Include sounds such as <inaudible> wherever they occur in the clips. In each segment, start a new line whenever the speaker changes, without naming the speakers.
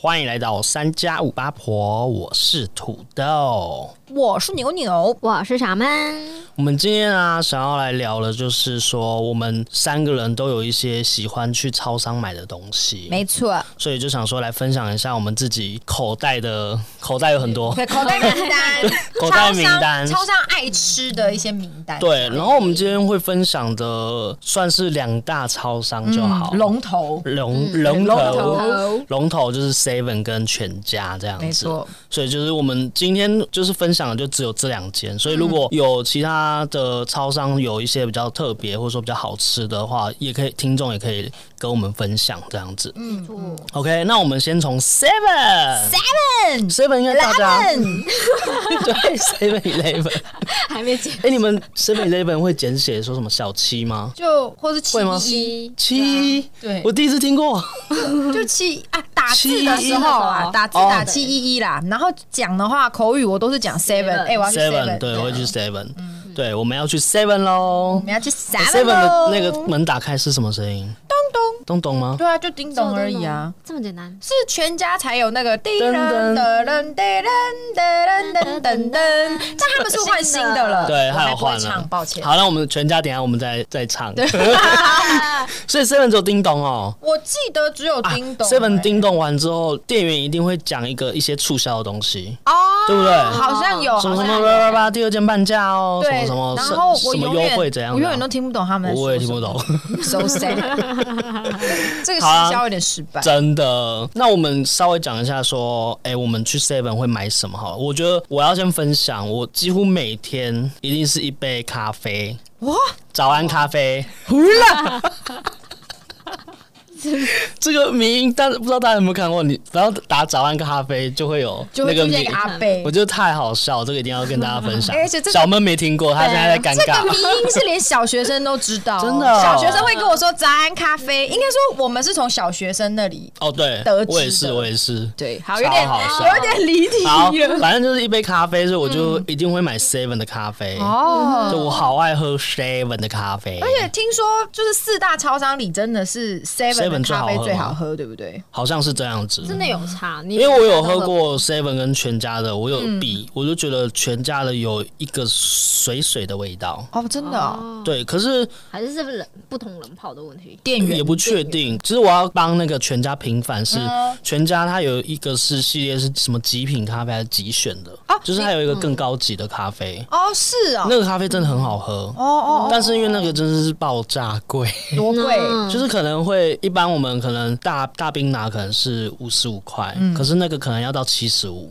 欢迎来到三加五八婆，我是土豆。
我是牛牛，
我是傻闷，
我们今天啊，想要来聊的，就是说我们三个人都有一些喜欢去超商买的东西，
没
<laughs>
错，
所以就想说来分享一下我们自己口袋
<laughs>
的口袋有很多，
对，口袋名单
口袋名单
超商超商爱吃的一些名单，
对。然后我们今天会分享的算是两大超商就好，
嗯龙、嗯头，
龙龙头。
头
龙头就是 Seven 跟全家这样子，
没错，
所以就是我们今天就是分享的就只有这两间，所以
嗯
如果有其他的超商有一些比较特别或者说比较好吃的话，也可以听众也可以跟我们分享这样子。
没错，
OK，那我们先从 Seven
嗯 Seven
Seven 应该大家
Eleven，
<laughs> 对 Seven Eleven，
还没结
哎、你们 Seven Eleven 会简写说什么小七吗？
就或是七
会吗
一，
七，
对
我第一次听过，
就七啊，打字的时候
七一
啊，
一
打字
哦
打七一一啦，然后讲的话，口语我都是讲 Seven，
Seven
哎，我要去
Seven，
Seven，
对，我会去 Seven，、对，我们要去 Seven 喽
我。们要去 Seven
Seven 的那个
咯
门打开是什么声音？
咚
咚咚吗？
对啊，就叮咚而已啊。，
这么简单，
是全家才有那个噔噔
噔
噔噔噔噔噔噔噔，但他们是换新的 <laughs> 了，
对，
我
还有
还不会
换了
唱，抱歉。
好，那我们全家等一下我们再再唱。 <laughs> 所以 Seven 只有叮咚哦。
我记得只有叮咚
啊 Seven
欸
叮咚完之后，店员一定会讲一个一些促销的东西，
哦，
对不对
好像有，
什么
哦好
什
像
么叭叭叭，第二件半价哦，什
对，
么什么，
然后
什
我
什么
永
优
远
惠怎样
我
的
永远都听不懂他们在说
我也听
什
不
么
懂， <laughs>
，so sad。这个
好啊
行销有点失败。
真的。那我们稍微讲一下说，哎，我们去 Seven 会买什么好了？我觉得我要先分享，我几乎每天一定是一杯咖啡，
哇，
早安咖啡。
糊了，
<laughs> 这个迷因，但不知道大家有没有看过？你只要打早安咖啡，就会有
就
那
会
个
出
迷
现一
因
个。阿贝
我。觉得太好笑，这个一定要跟大家分享。
<laughs> 而且这个啊
小闷没听过，他现在在尴
这个
尬
迷。音是连小学生都知道哦，
<laughs> 真的哦
小学生会跟我说早安咖啡，应该说我们是从小学生那里
哦，对
得，知的
我也是，我也是。
对，好，有
超
点
好笑
有点离题 <laughs>
好，
了。
反正就是一杯咖啡，所以我就一定会买 Seven 的咖啡。
哦，
就我好爱喝 Seven 的咖啡，
而且听说就是四大超商里真的是 Seven 的
Seven
咖啡
最
最
好
好喝，对不对？
好像是这样子。
真的有差，因
嗯因为我有喝，过 Seven 跟全家的，我有
嗯
比，我就觉得全家的有一个水水的味道。
哦，真的哦，
对，可是
还是是不是冷不同冷泡的问题？
店员
也不确定。其实我要帮那个全家平反是，
嗯
全家它有一个是系列是什么极品咖啡还是极选的，
哦
就是它有一个更高级的咖啡，
哦，是哦，
那个咖啡真的很好喝。
哦哦，
但是因为那个真的是爆炸贵，
哦多贵，
嗯
<laughs> 就是可能会一般我们可能大大冰拿可能是五十五块，
嗯
可是那个可能要到七十五，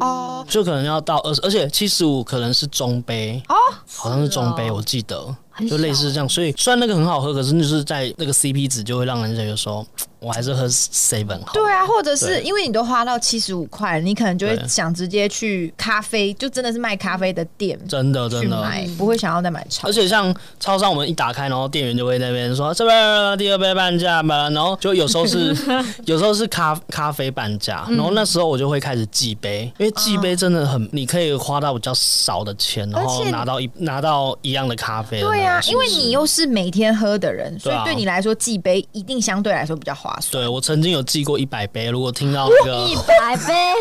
哦
就可能要到二十，而且七十五可能是中杯，
哦，
好像是中杯，
是哦
我记得
很
就类似
小
这样。所以虽然那个很好喝，可是就是在那个 CP 值就会让人家觉得说，我还是喝 seven 好。
对啊，或
对
者是因为你都花到七十五块，你可能就
对
会想直接去咖啡，就真的是卖咖啡的店
真的
去
真的。
买，不会想要再买超
而。且像超商，我们一打开，然后店员就会在那边
<laughs>
说这边第二杯半价吧，然后就有时候是 <laughs> 有时候是咖咖啡半价，
嗯
然后那时候我就会开始记杯，因为记杯真的很，你可以花到比较少的钱，然后
哦而且
拿到一拿到一样的咖啡的那种。
对啊，
是
因
不
为
是
你又是每天喝的人，所以
对啊
对你来说，寄杯一定相对来说比较划算。
对我曾经有记过一百杯，如果听到那个
来呗，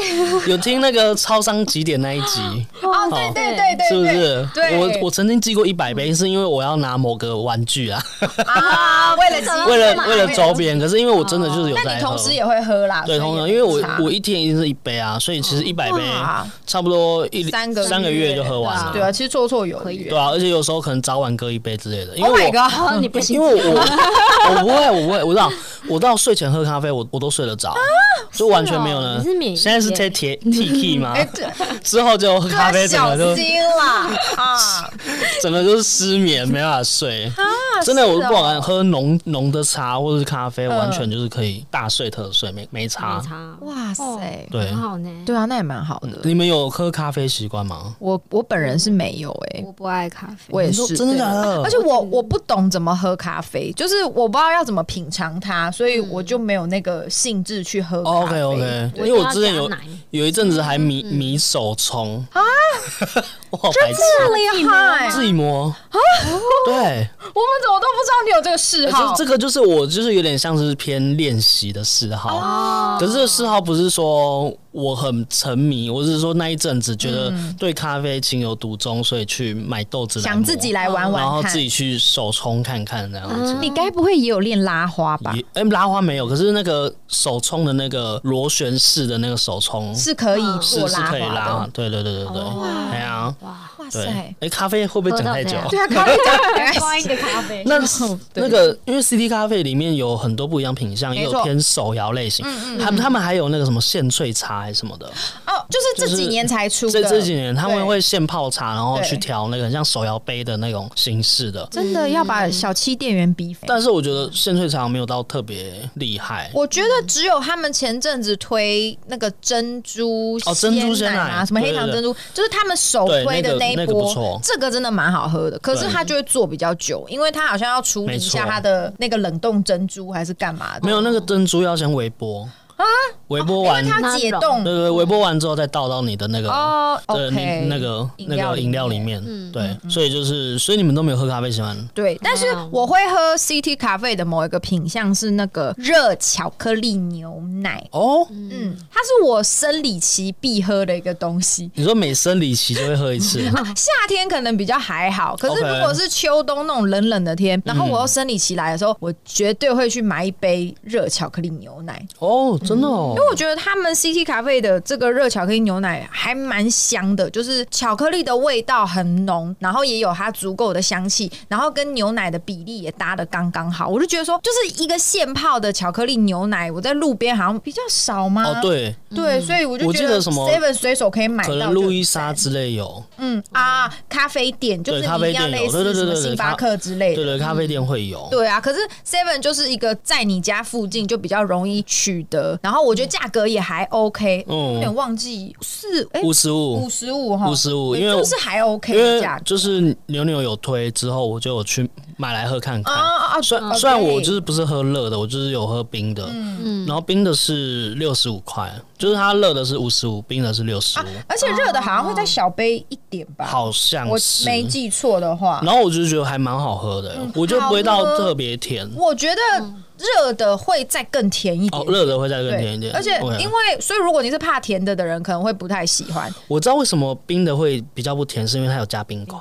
有听那个超商几点那一集，
哦，对对对对，
<laughs> 是不是？
对，嗯
我我曾经记过一百杯，是因为我要拿某个玩具啊，
<laughs> 啊，为了
哦
鸡，
为了
买
为了周边。可是因为我真的就是有
哦那
在
你
喝
同，时也会喝啦，
对，
所以
同时
也
因为我
没差
我一天一定是一杯啊，所以其实一百杯
哇
差不多一
三个
三个月就喝完
对
了，
啊，其实绰绰有
可以
余。
对啊，而且有时候可能早晚各一杯之类的，因为
Oh
我
my god！
哦，你不
嗯
行
因，为我我不会，我不会，我到我到睡前喝咖啡，我我都睡得
啊
着，就完全没
哦
有呢
你。是免疫
现在是
耶
在铁 T K 吗
<laughs> 哎，？这
之后就喝咖啡，整
啊小
个就
心啦 <laughs> 啊！
整个就是失眠，没办法
<laughs>
睡。真的，我
是哦
不管喝浓浓的茶或者是咖啡，
嗯
完全就是可以大睡特睡，没没差
没。差，
哇塞，
对
很，好呢。
对啊，那也蛮好的。
你们有喝咖啡习惯吗？
我我本人是没有哎，
我不爱咖啡，
我也
你说
是
真的
对
假的？哦
而且我我不懂怎么喝咖啡，就是我不知道要怎么品尝它，所以我就没有那个兴致去喝咖啡。
哦 OK OK，因
一定
为我之前
要
有
加奶
有一阵子还迷
嗯
迷手冲啊， <laughs> 我好白痴，哦
厉害！啊
自己磨对，
我们怎么都不知道你有这个嗜
就是
好？
这个就是我就是有点像是偏练习的嗜好。
哦，
可是这个嗜好不是说我很沉迷，我只是说那一阵子觉得对咖啡情有独钟，所以去买豆子来
嗯想
磨
自己来玩
然
玩
后
看
自。己去手冲看看这样子。
你该不会也有练拉花吧？
也哎、拉花没有，可是那个手冲的那个螺旋式的那个手冲
是可以
是
做
是
拉
可以
花
拉
的。，
对对对对对，
哦
哎呀，
哇，
哇
对，哎
塞！、
咖啡会不会讲太久
喝？到
对啊，咖啡 <laughs>
光一个咖啡，
那
对
那个，因为 CT 咖啡里面有很多不一样品相，也
没错嗯
有偏手摇类型，他们他们还有那个什么现萃茶还是什么的，
哦，就是这几年才出
这
的。
这几年他们
对
会现泡茶，然后
对
去调那个很像手摇杯的那种形式的。
真的要把小七店员逼疯。
但是我觉得现萃茶没有到特别厉害，
我觉得只有他们前阵子推那个珍珠
哦珍珠鲜
奶
奶
啊，什么黑糖珍珠，就是他们首推的
对那个
一
那个不
波
错，
这个真的蛮好喝的。可是
对
它就会做比较久，因为它好像要处理一下
没错
它的那个冷冻珍珠还是干嘛的
没。有那个珍珠要先微波啊，微波完，对
它解冻
对对，微波完之后再倒到你的那个
哦
对，
，OK，
你那个
饮
那
料
个
里嗯
饮料里面，对，所以就是，所以你们都没有喝咖啡喜欢
对，但是我会喝 CT 咖啡的某一个品相是那个热巧克力牛奶，
哦？
嗯，它是我生理期必喝的一个东西。
你说每生理期就会喝一
<laughs>
次，
夏天可能比较还好，可是
OK
如果是秋冬那种冷冷的天，然后我又生理期来的时候，我绝对会去买一杯热巧克力牛奶，
哦，真的哦
嗯因，为我觉得他们 CT 咖啡的这个热巧克力牛奶还蛮香的，就是巧克力的味道很浓，然后也有它足够的香气，然后跟牛奶的比例也搭的刚刚好，我就觉得说，就是一个现泡的巧克力牛奶，我在路边好像比较少吗？
哦，对，
对，所以我就
我
觉
记
得
得什么
Seven 随手可以买到
可
就，
能路易莎之类有，
嗯啊，咖啡店就是
对
你
咖啡
一样
店有
类
对
似
对对
什么
对对
星巴
咖
克之类
对
的。
对，咖啡店会有，
对啊，可是 Seven 就是一个在你家附近就比较容易取得，然后我觉得价格也还 OK，
嗯
有点忘记四哎
五十五
五，十五哈，
55
对
因为
就是还 OK
因
的
为
价格
就是牛牛有推之后，我就有去买来喝看
啊
看。
啊啊！
虽
哦
虽然我
对
就是不是喝热的，我就是有喝冰的，
嗯
然后冰的是六十五块，就是它热的是五十五，冰的是六十
啊
五，，
而且热的好像会再小杯一点吧，
好像
我
是。
没记错嗯的话，
然后我就觉得还蛮好喝的，我觉得不会到特别甜。
我觉得热的会再更甜一点
哦，。热的会再更甜一
对，
点，啊
而且
OK
因为所以如果你是怕甜的的人，可能会不太喜欢
我知道为什么冰的会比较不甜，是因为它有加冰块，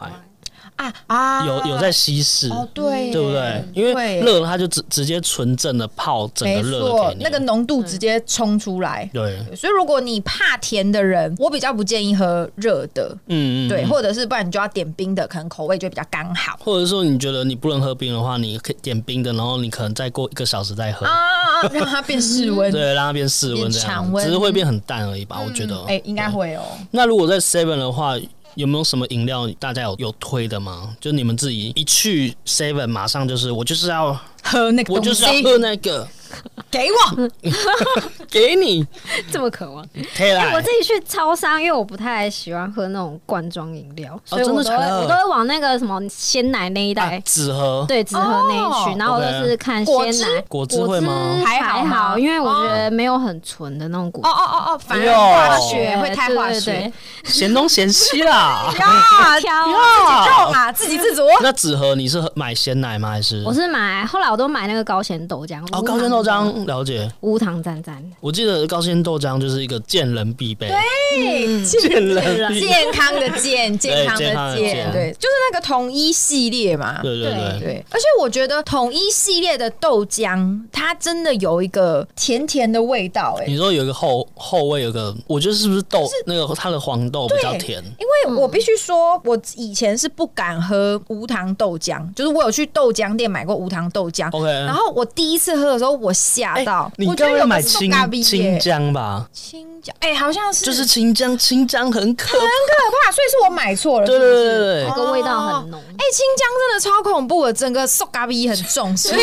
啊啊，
有有在稀释，
哦，对，
对不对？因为
对
热的它就直直接纯正的泡整
没
个热的
错
给，你，
那个浓度直接冲出来。
对，
所以如果你怕甜的人，我比较不建议喝热的，
嗯嗯，
对，
嗯
或者是不然你就要点冰的，可能口味就比较刚好。
或者说你觉得你不能喝冰的话，你可以点冰的，然后你可能再过一个小时再喝，
啊，让它变室温，
对，让它变室温这
变常
样，
温
只是会变很淡而已吧，我觉得
嗯。哎，应该会哦。
那如果在 Seven 的话，有没有什么饮料大家有有推的吗？就你们自己一去 Seven，马上就是我就是要
喝那个
我
东
就是
西
要喝那个，
给我，
给你
这么渴望。
哎
哎
可以来
我自己去超商，因为我不太喜欢喝那种罐装饮料，所以
哦真的
我都会、
假的
我都会往那个什么鲜奶那一带，
啊纸盒，
<laughs> 对，只喝那一
哦
区，然后我都是看
果
鲜
汁
奶。
啊果汁
果
会
汁
吗？
还
还
好吗
好，因为我觉得没有很纯的那种果
哦哦哦哦，反而
哎
化
呦
学会太化学。
对
嫌东嫌西啦
<laughs> 呀，
挑啊
肉嘛，自给自足。哦
那纸盒你是喝买鲜奶吗？还是
我是买，后来我都买那个高纤豆浆。
哦
无
高纤
糖
豆浆了解？
无糖沾沾。
我记得高纤豆浆就是一个见人必备，
啊嘿
见人必备，
健康的健，健康
嗯健康
的
的
健，
健
对，就是那个统一系列嘛。
对对对。
对，而且我觉得统一系列的豆浆，它真的有一个甜甜的味道、哎，
你说有一个后后味，有个我觉得是不是豆那个它的黄豆比较甜？
因为我必须说，我以前是不敢喝无糖豆浆，就是我有去豆浆店买过无糖豆浆
OK
然后我第一次喝的时候，我吓到，
哦嗯哎你
我觉
该
得
不会
有个
买
塑
青
胶味
青
耶
姜吧？
青椒，哎、好像是，
就是
很可
青姜，青姜很可怕。
怕，所以是我买错了，
对
是不
对
是
对对对
那，个味道很浓，
哎、青姜真的超恐怖的，整个塑嘎逼很重， <laughs> 所以，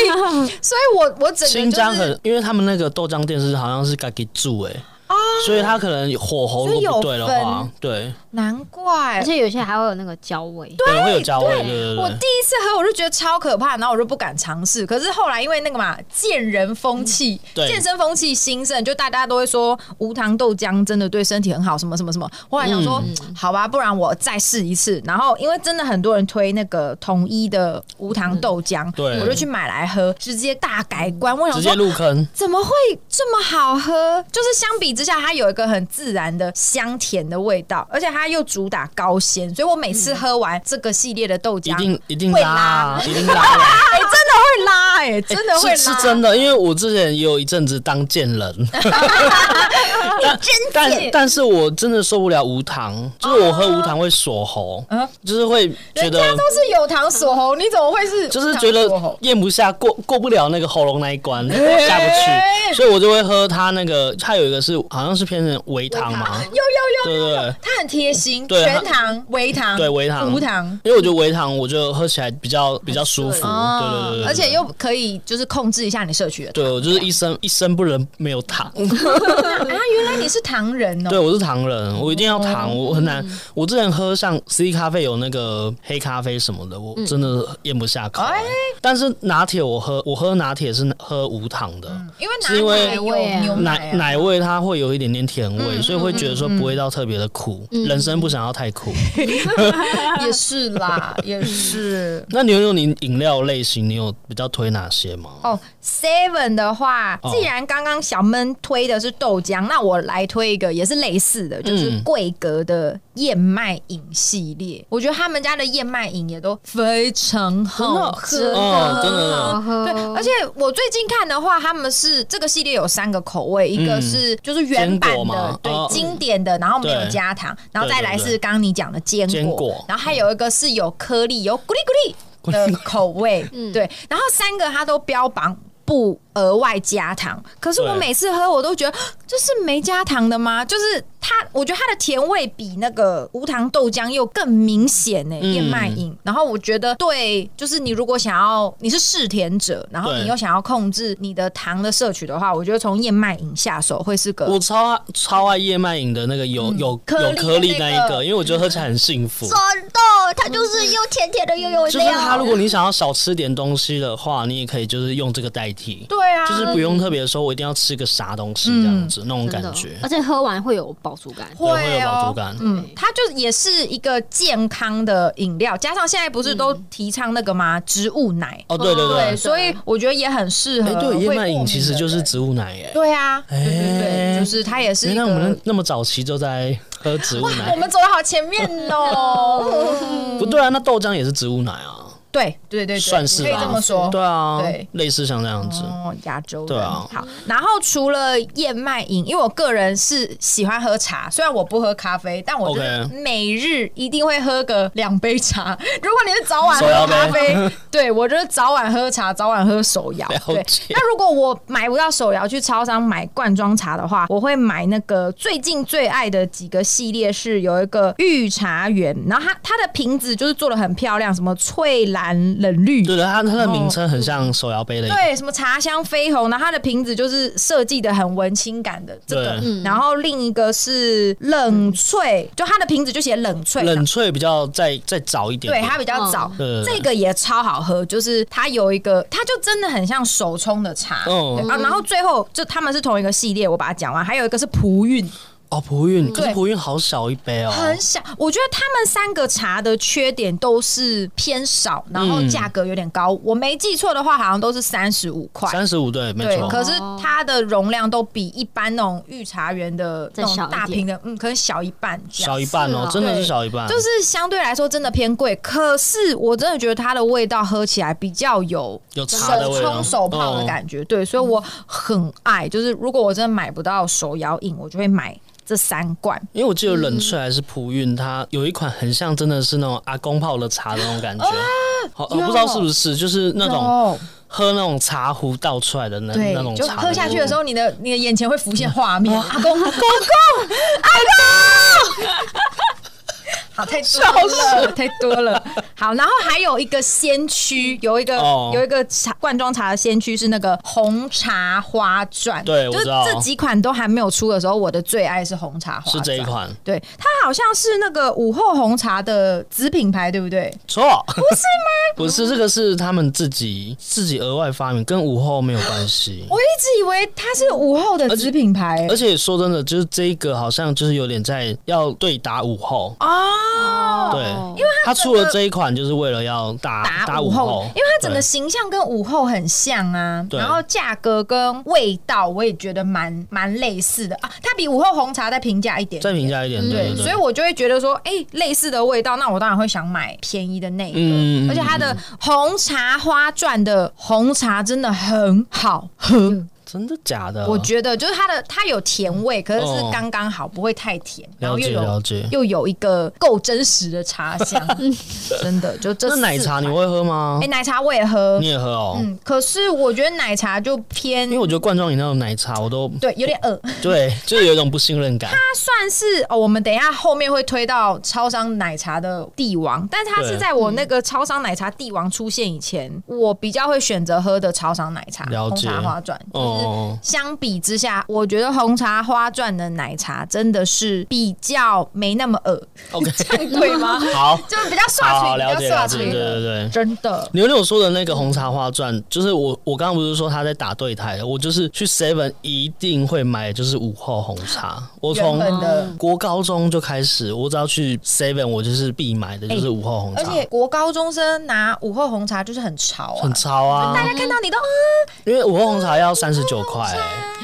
所以我我整个、就是、
青姜很，因为他们那个豆浆店是好像是自己煮哎，
哦，
所以他可能火候如果不对的
所以有
话
分，
对，
难怪
<laughs> 而。且有些还会有那个焦味。
可能会有焦味，对对
我
对。
第一次喝，我就觉得超可怕，然后我就不敢尝试。可是后来因为那个嘛，健人风气、
嗯对
健身风气兴盛，就大家都会说无糖豆浆真的对身体很好，什么什么什么。后来想说，
嗯
嗯好吧，不然我再试一次。然后因为真的很多人推那个统一的无糖豆浆，
嗯对
我就去买来喝，直接大改观。我想
直接
说。
入
<laughs>
坑，
怎么会这么好喝？就是相比之下，它有一个很自然的香甜的味道，而且它又主打高纤，所以我每次喝完这个系列的
嗯
豆
一
浆，
定一定
会
拉啊，一定拉啊，
哎、真的会拉、哎，真的会拉，
是是真的，因为我之前也有一阵子当贱
<laughs>
人，但但但是我真的受不了无糖，就是我喝无糖会锁喉，
嗯
就是会觉
人
得
家都是有糖锁喉，你怎么会是
就是觉
无
得
糖锁喉哎
咽不下，过过不了那个喉咙那一关，下不去，所以我就会喝它那个，它有一个是好像是偏成微糖嘛，
有有
对
有
不
有
对？
它很贴心，
对
全糖、微糖、
对微糖
无糖。哦
因为我觉得微糖我就喝起来比较比较舒服，对对对对，对
而且又可以就是控制一下你摄取的糖
对我就是一生一生不能没有糖，
啊！原来你是糖人哦、
对，我是糖人，我一定要糖，我很难。我之前喝像 C 咖啡有那个黑咖啡什么的，我真的咽不下口。但是拿铁我喝，我喝拿铁是喝无糖的，
嗯因为
是因为
奶有牛奶、
奶
啊，
奶味它会有一点点甜味，所以会觉得说不会到特别的苦。人生不想要太苦。
也是啦，也是。
那牛牛，你饮料类型你有比较推哪些吗？
哦，Seven 的话，
哦
既然刚刚小闷推的是豆浆，那我来推一个也是类似的，就是
嗯
桂格的燕麦饮系列。我觉得他们家的燕麦饮也都非常好喝，
真的
哦真的
好喝，
对，而且我最近看的话，他们是这个系列有三个口味，一个是就是原版
坚果
的
吗，
对
哦，
经典的，然后没有
对
加糖，然后
对
再
对
来
对
是刚刚你讲的坚
坚
果
果，
然后还有一个是有颗粒，有咕哩咕哩的口
<laughs>
味，
嗯
对，然后三个它都标榜。不额外加糖，可是我
对
每次喝我都觉得这是没加糖的吗？就是它，我觉得它的甜味比那个无糖豆浆又更明显呢、
嗯
燕麦饮。然后我觉得对，就是你如果想要你是嗜甜者，然后
对
你又想要控制你的糖的摄取的话，我觉得从燕麦饮下手会是个
我超爱超爱燕麦饮的那个有有
颗粒
有颗粒
的
那
那
一
个
个，因为我觉得喝起来很幸福。
真的，它就是又甜甜的又有
就是
啊
它，如
料。
果你想要少吃点东西的话，你也可以就是用这个代替，
对啊，
就是不用特别说我一定要吃个啥东西这样子、
嗯
那种
真
感
的
觉，
而且喝完会有饱足感。
对，会有饱足
啊哦。
感。
嗯，它就也是一个健康的饮料，加上现在不是都提倡那个吗？植物奶，
哦，对对对，
对，
哎、
所以我觉得也很适合。
对，燕麦饮
饮
其实就是植物奶耶。
对啊，对对对，
哎
就是它也是一
原来
个
我们那么早期就在喝植物
我 <laughs>
奶，
们走的好前面
<laughs>
<laughs>
哦。 <laughs>
嗯
不对啊，那豆浆也是植物奶啊，
对对对，对
算是
可以
吧
这么说。
对啊，
对
类似像这样子，
哦，亚洲人
对啊
好，然后除了燕麦饮，因为我个人是喜欢喝茶，虽然我不喝咖啡，但我就是
OK
每日一定会喝个两杯茶。 <laughs> 如果你是早晚
手摇
喝咖
杯
啡，对我就是早晚喝茶，早晚喝手摇。
了
对，
解
那如果我买不到手摇，去超商买罐装茶的话，我会买那个最近最爱的几个系列是有一个御茶园，然后它它的瓶子就是做的很漂亮，什么翠蓝冷绿。
对的，它它的名称很像手摇杯的，
对，什么茶香绯红，然后它的瓶子就是设计的很文青感的这个
对，
然后另一个是冷萃，就它的瓶子就写冷萃，
冷萃比较再再早一点
对
点，
它比较早。
对
这个也超好喝，就是它有一个，它就真的很像手冲的茶。
嗯
对啊，然后最后就他们是同一个系列，我把它讲完。还有一个是璞韵，
哦，璞韵，可
对
是璞韵好小一杯哦，
很小。我觉得他们三个茶的缺点都是偏少，然后
嗯
价格有点高。我没记错的话，好像都是三十五块。
三十五对，没
对，
错，
可是
哦
它的容量都比一般那种御茶园的那种
再小一
大瓶的，嗯，可能小一半这样。
小一半
是
哦
啊，
真的
对
是小一半，
就是相对来说真的偏贵，可是我真的觉得它的味道喝起来比较有
有茶的
手
味道，
冲手泡的
嗯
感觉，对，所以我很爱。就是如果我真的买不到手摇饮，我就会买这三罐。
因为我记得冷
嗯
萃还是璞韵，它有一款很像真的是那种阿公泡的茶的那种感觉，好，哦我不知道是不是，就是那种
啊
哦
有
喝那种茶壶倒出来的那
对
那种，
就
茶，
喝下去的时，候，你的你的眼前会浮现画面，阿公，阿公，阿公，好，太多了，太多了。好，然后还有一个先驱，有一个、
哦
有一个茶罐装茶的先驱是那个红茶花钻，
对
就
我
是
知道
这几款都还没有出的时候，我的最爱是红茶花
是这
钻，
一。款，
对，它好像是那个午后红茶的子品牌，对不对？
错，不是吗？不是，这个是他们自己自己额外发明，跟午后没有关系。
我一直以为它是午后的子品牌、
而且说真的，就是这一个好像就是有点在要对打午后，
哦，
对，因为 <laughs> 他出了这一款就是为了要啊打
打
午
午后，因为它整个
对
形象跟午后很像啊，
对
然后价格跟味道我也觉得蛮蛮类似的啊，它比午后红茶再平价一点
再评价一点，对
对，
对对，
嗯所以我就会觉得说，哎、类似的味道，那我当然会想买便宜的那一个。
嗯嗯嗯
而且它的红茶花钻的红茶真的很好
嗯
喝，
真的假的？
我觉得就是它的它有甜味，可是是
哦
刚刚好，不会太甜，然
了
后又
解了
有
解。
又有一个够真实的茶
<laughs>
香，真的就这
那奶茶
四
你
款
会喝吗
哎、？奶茶我也喝
你，也喝哦，
嗯，可是我觉得奶茶就偏
因为我觉得罐装饮料的奶茶我都
对有点恶，
对，就是有一种不信任感。
它算是哦，我们等一下后面会推到超商奶茶的帝王，但是它是
对
在我那个超商奶茶帝王出现以前，我比较会选择喝的超商奶茶，
了
红
解
茶花钻，
哦
就是
哦，
相比之下，我觉得红茶花钻的奶茶真的是比较没那么恶， <laughs>
哦 OK，
这样对吗？ <laughs>
好，
就是比较
好好
刷
了解
嘴，比
了
较刷
解，对
嘴
对
的，
对。
真的。
牛牛说的那个红茶花钻，就是我我刚刚不是说他在打对台的，我就是去 Seven 一定会买，就是午后红茶。我
原
从
本的，
国高中就开始，我只要去 Seven，我就是必买的就是午后红
哎而
茶，
且国高中生拿午后红茶就是很潮啊
很，潮啊，
大家看到你都啊
因为午后红茶要三十九块，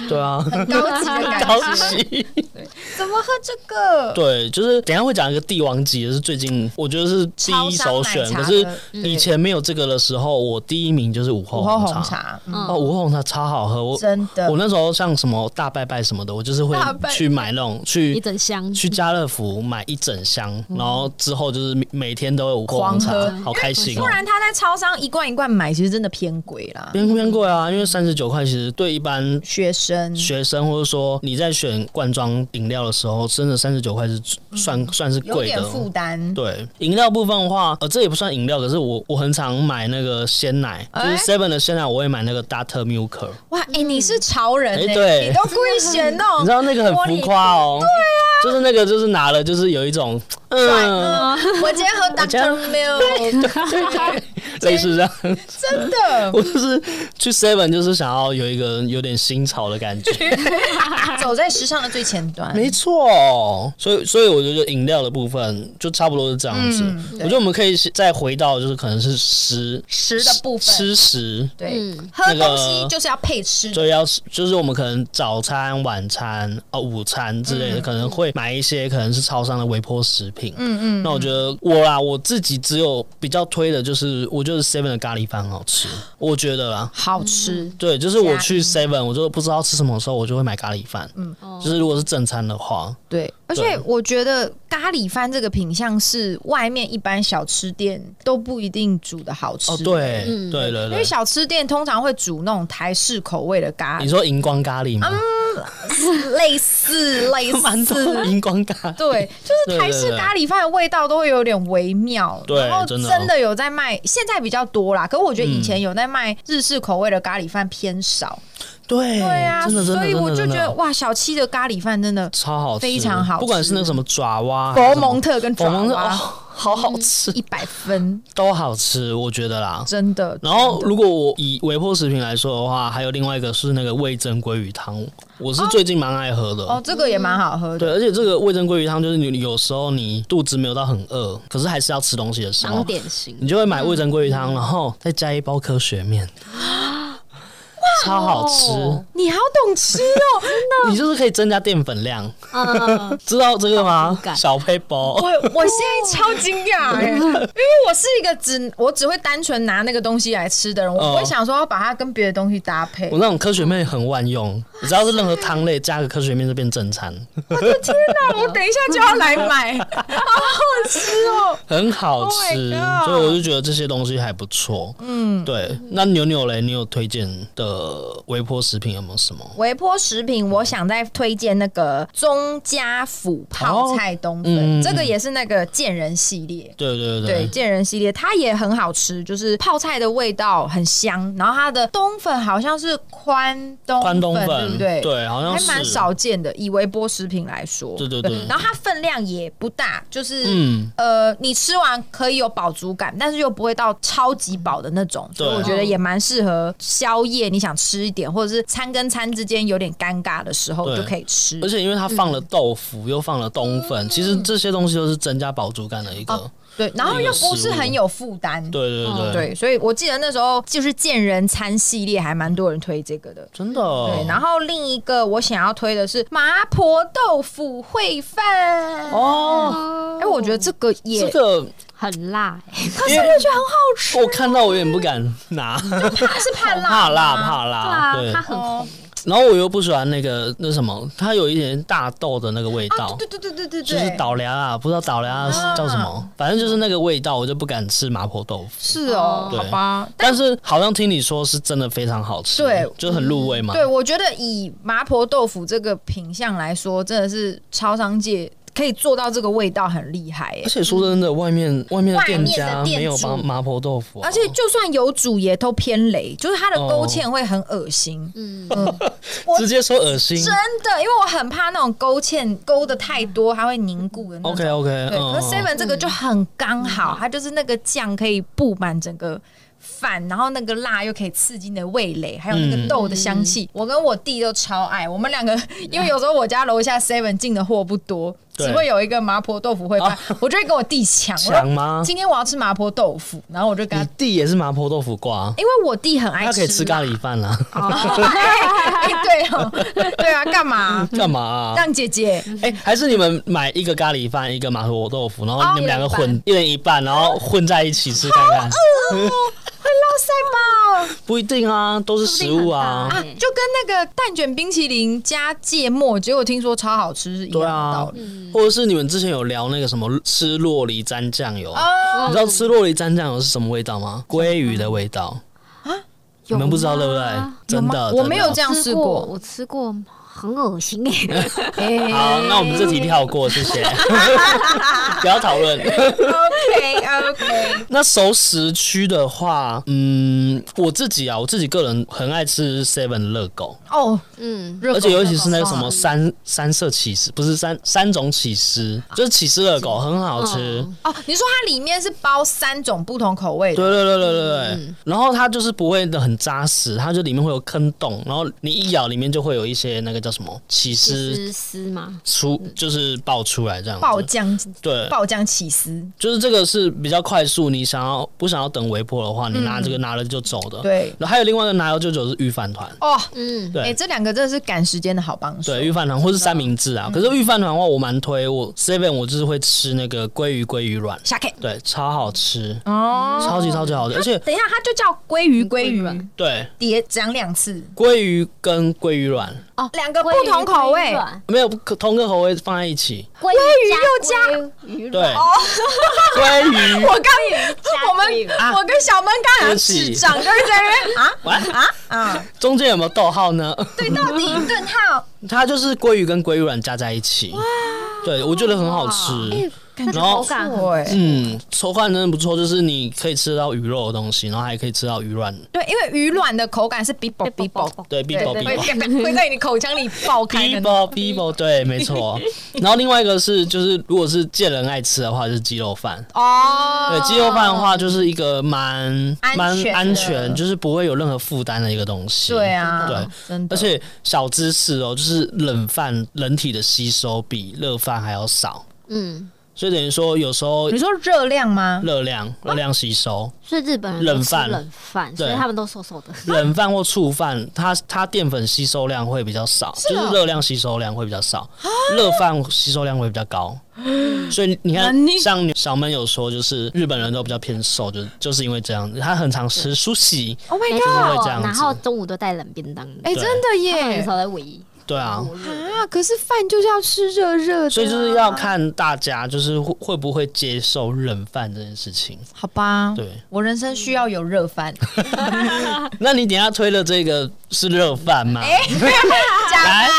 对
<laughs>
啊，
很高级的感
高
觉，
级。
怎么喝这个？
对，就是等一下会讲一个帝王级，就是最近我觉得是第一首选，
超商奶茶
可
的
是以前没有这个的时候，我第一名就是午后
午后红
红茶。
茶，
嗯
嗯
哦，午后红茶超好喝，我
真的
我那时候像什么大拜拜什么的，我就是会
大拜拜
去买那种
一
去
整箱，
去家乐福买一整箱，然后之后就是每每天都有
嗯狂
红茶
喝，
好开心哦
不。然他在超商一罐一罐买，其实真的偏贵啦。
边边贵啊，因为三十九块其实对一般
学生
学生或者说你在选罐装饮料的时候，真的三十九块是算算是
嗯有
贵
点
的。
负担，
对饮料部分的话，呃，这也不算饮料，可是我我很常买那个鲜奶，就是
哎
Seven 的鲜奶，我会买那个 Data Milker，
哇，哎，你是潮人
哎
哎，
对
你都故意选那
你
种
知道那个很浮夸哦，对啊，就是那个就是拿了就是有一种嗯，
我今天喝 Doctor Milk，
<laughs> 类似这样，
真的
我就是去 Seven 就是想要有一个有点新潮的感觉，
走在时尚的最前端。
没错，所以所以我觉得饮料的部分就差不多是这样子。
嗯对
我觉得我们可以再回到就是可能是食
吃的部分，
吃食，
对，
嗯，
喝
那个
东西就是要配吃的，
所以要吃就是我们可能早餐、晚餐、哦午餐之
嗯
类的，可能会买一些可能是超商的微波食品。
嗯嗯，
那我觉得我啦，我自己只有比较推的就是，我觉得 Seven 的咖喱饭很好吃，我觉得啦。
好吃。
对，就是我去 Seven，我就不知道吃什么的时候，我就会买咖喱饭。嗯，
哦
哦
就是如果是正餐的话，
对，而且我觉得咖喱饭这个品相是外面一般小吃店都不一定煮的好吃。
哦，对，
嗯
对对
因为
对。
小吃店通常会煮那种台式口味的咖
你
喱，
说荧光咖喱吗？ <laughs>
类似类
嗯蛮多
似。
荧光咖，
对，就是台式咖喱饭的味道都会有点微妙，
对
然后
真的
真的有在卖，现在比较多啦。可我觉得以前有在卖日式口味的咖喱饭偏少，
对，
对啊，
嗯真的真的
所以
真
我
的
就
真
觉得
的
哇，小七的咖喱饭真的
超好吃，
非常好吃
不管是那什么爪哇、
佛蒙特跟
佛
爪
蒙特，哦，
哇嗯
好好吃，
一百分，
都好吃，我觉得啦。
真的。
<laughs> 然后，如果我以微波食品来说的话，还有另外一个是那个味增鲑鱼汤，我是最近蛮爱喝的。
哦，这个也蛮好喝
对，
的，
而且这个味增鲑鱼汤就是你有时候你肚子没有到很饿，可是还是要吃东西的时
当
候，
点心
你，就会买味增鲑鱼汤，然后再加一包科学面，超好吃。
你好懂吃
<laughs>
哦。
你就是可以增加淀粉量，
嗯，
<laughs> 知道这个吗
口？感
小配包。
我我现在超惊
<laughs>
讶哎，因为我是一个只我只会单纯拿那个东西来吃的人，我不会
哦
想说要把它跟别的东西搭配
我。那种科学面很万用，你知道是任何汤类加个科学面就变正餐，
那我等一下就要来买，
<laughs>
好好吃哦！
很好
Oh
吃
my god
所以我就觉得这些东西还不错。嗯，对。那牛牛嘞，你有推荐的微波食品有没有什么？么？
微波食品，我想再推荐那个中家府泡菜冬粉，
哦嗯嗯嗯
这个也是那个贱人系列。
对对
对
对，
贱人系列，它也很好吃，就是泡菜的味道很香，然后它的冬粉好像是宽冬
宽冬
粉，对
粉，
不对？
好像
还
是
蛮。少见的，以微波食品来说，
对对对
然后它分量也不大，就是。
嗯，
呃，你吃完可以有饱足感，但是又不会到超级饱的那种，所以
对
我觉得也蛮适合宵夜。你想吃一点，或者是餐跟餐之间有点尴尬的时候
对
就可以吃
而。且因为它放
嗯
了豆腐，又放了冬粉，其实这些东西都是增加饱足感的一个。
哦对，然后又不是很有负担。
对对对，
对，所以我记得那时候就是见人餐系列还蛮多人推这个的。
真的哦。
对，然后另一个我想要推的是麻婆豆腐烩饭。
哦，
哎、我觉得这个
这
也
个
很辣、欸
可是我觉得很好吃，
我哦看到我有点不
<laughs>
敢拿，
是怕辣吗，
怕
啊
辣怕辣。
辣，
啊对
它，很红，
哦
然后我又不喜欢那个那什么，它有一点大豆的那个味道。
啊对对对对对对，
就是倒凉啊，不知道倒凉啊叫什么，反正就是那个味道，我就不敢吃麻婆豆腐。
是哦，
对
好吧。
但是好像听你说是真的非常好吃，
对
就很入味嘛。
对，我觉得以麻婆豆腐这个品相来说，真的是超商界可以做到这个味道很厉害耶
而。且说真的，外面外面的店家
外面的店主
没有帮麻婆豆腐啊、
而且就算有煮也都偏雷，就是它的
哦
勾芡会很恶心，
嗯，
我
直接说恶心。
真的，因为我很怕那种勾芡勾的太多，它会凝固的那种。
OK 嗯 OK，
对，可是 Seven 这个就很刚
嗯
好，它就是那个酱可以布满整个。饭，然后那个辣又可以刺激你的味蕾，还有那个豆
嗯
的香气，我跟我弟都超爱。我们两个，因为有时候我家楼下 Seven 进的货不多，
对啊
只会有一个麻婆豆腐会卖，我就会跟我弟抢。我
强
说
吗？
今天我要吃麻婆豆腐，然后我就跟
啊你
他，
弟也是麻婆豆腐挂，啊
因为我弟很爱
他
吃，
可以吃咖喱饭啊啦，
<laughs> 哎对哦，对啊，干嘛？
<laughs> <laughs> 干嘛啊、
让姐姐
哎、还是你们买一个咖喱饭，一个麻婆豆腐，然后
哦
你们两个混，一人一半，然后混在一起吃看看。
哦哇塞吧，
不一定啊，都是食物啊
说不定很大。
啊，就跟那个蛋卷冰淇淋加芥末，结果听说超好吃是一样
对
的道
啊
理。，
或者是你们之前有聊那个什么吃洛梨沾酱油，
啊
你知道吃洛梨沾酱油是什么味道吗？鲑鱼的味道你们不知道对不对？真的，
我没有
真的
这样
吃
试
过，
过。
我吃过，很恶心哎、
好，那我们这题跳过，谢谢，不要讨论。 <laughs>
OK OK，
那熟食区的话，嗯，我自己啊，我自己个人很爱吃 Seven 热狗，
哦，
嗯，
热狗
而且尤其是那个什
热
么
狗
三三色起司，不是三三种起司，就是起司热狗很好吃。
哦，你说它里面是包三种不同口味的，
对对对对对
嗯
对，然后它就是不会很扎实，它就里面会有坑洞，然后你一咬里面就会有一些那个叫什么起司
丝丝嘛，
出，就是爆出来这样
嗯爆
子。
浆
对，
爆浆起司，
就是这个是比较快速，你想要不想要等微波的话，你拿这个拿了就走的。
嗯对，
然后还有另外一个拿油就走是预饭团，
哦，
嗯，
哎，
对
这两个真的是赶时间的好帮手。
对，预饭团或是三明治
嗯
啊。可是预饭团的话，我蛮推我 seven，我就是会吃那个鲑鱼鲑鱼卵，
下 K
对，超好吃，
哦，
超级超级好吃，而且
等一下，它就叫鲑鱼鲑
鲑鱼
鱼，
对
叠讲两次，
鲑鱼跟鲑鱼卵
哦，
两个不同口味，
没有同个口味放在一起，
鲑鱼
鲑
又加鱼
对，
哦
<laughs> 鲑鱼
我刚我们我跟小闷刚
对
好
不起
智障，就是在那边啊
完
啊，
中间有没有逗号呢？ <laughs>
对，到底顿号，
它就是鲑鱼跟鲑鱼卵加在一起，对我觉得很好吃。
它的
然后
口感很
对
嗯，手感真的不错，就是你可以吃到鱼肉的东西，然后还可以吃到鱼卵，
对，因为鱼卵的口感是 bibo bibo，
对
对
，bibo
对，会
bibo
会在你口腔里爆开的那
bibo bibo，对，没
<laughs>
错。然后另外一个是，就是如果是见人爱吃的话，就是鸡肉饭。
哦，
对，鸡肉饭的话就是一个蛮
安
蛮
全的
安全，就是不会有任何负担的一个东西。
对啊，
对，
真的，
而且小知识哦，就是冷饭人体的吸收比热饭还要少，
嗯，
所以等于说有时候
你说热量吗？
热量热量吸收，
所以日本人都
冷
吃
饭
冷饭，
对
所以他们都瘦瘦的。
冷饭或醋饭，它它淀粉吸收量会比较少，
哦啊
就是热量吸收量会比较少，热饭吸收量会比较高。所以你看
那你，
像小闷有说，就是日本人都比较偏瘦，就是就是因为这样子，他很常吃苏喜，
，Oh my
就是
god，
会这样子
然后中午都带冷便当，
哎，
对
真的
他们很
耶，
少在围。
对啊，
啊，可是饭就是要吃热热的，
所以就是
啊
要看大家就是会会不会接受冷饭这件事情。
好吧，
对，
我人生需要有热 <laughs> 饭，
那你等一下推的这个是热饭吗？
哎加
来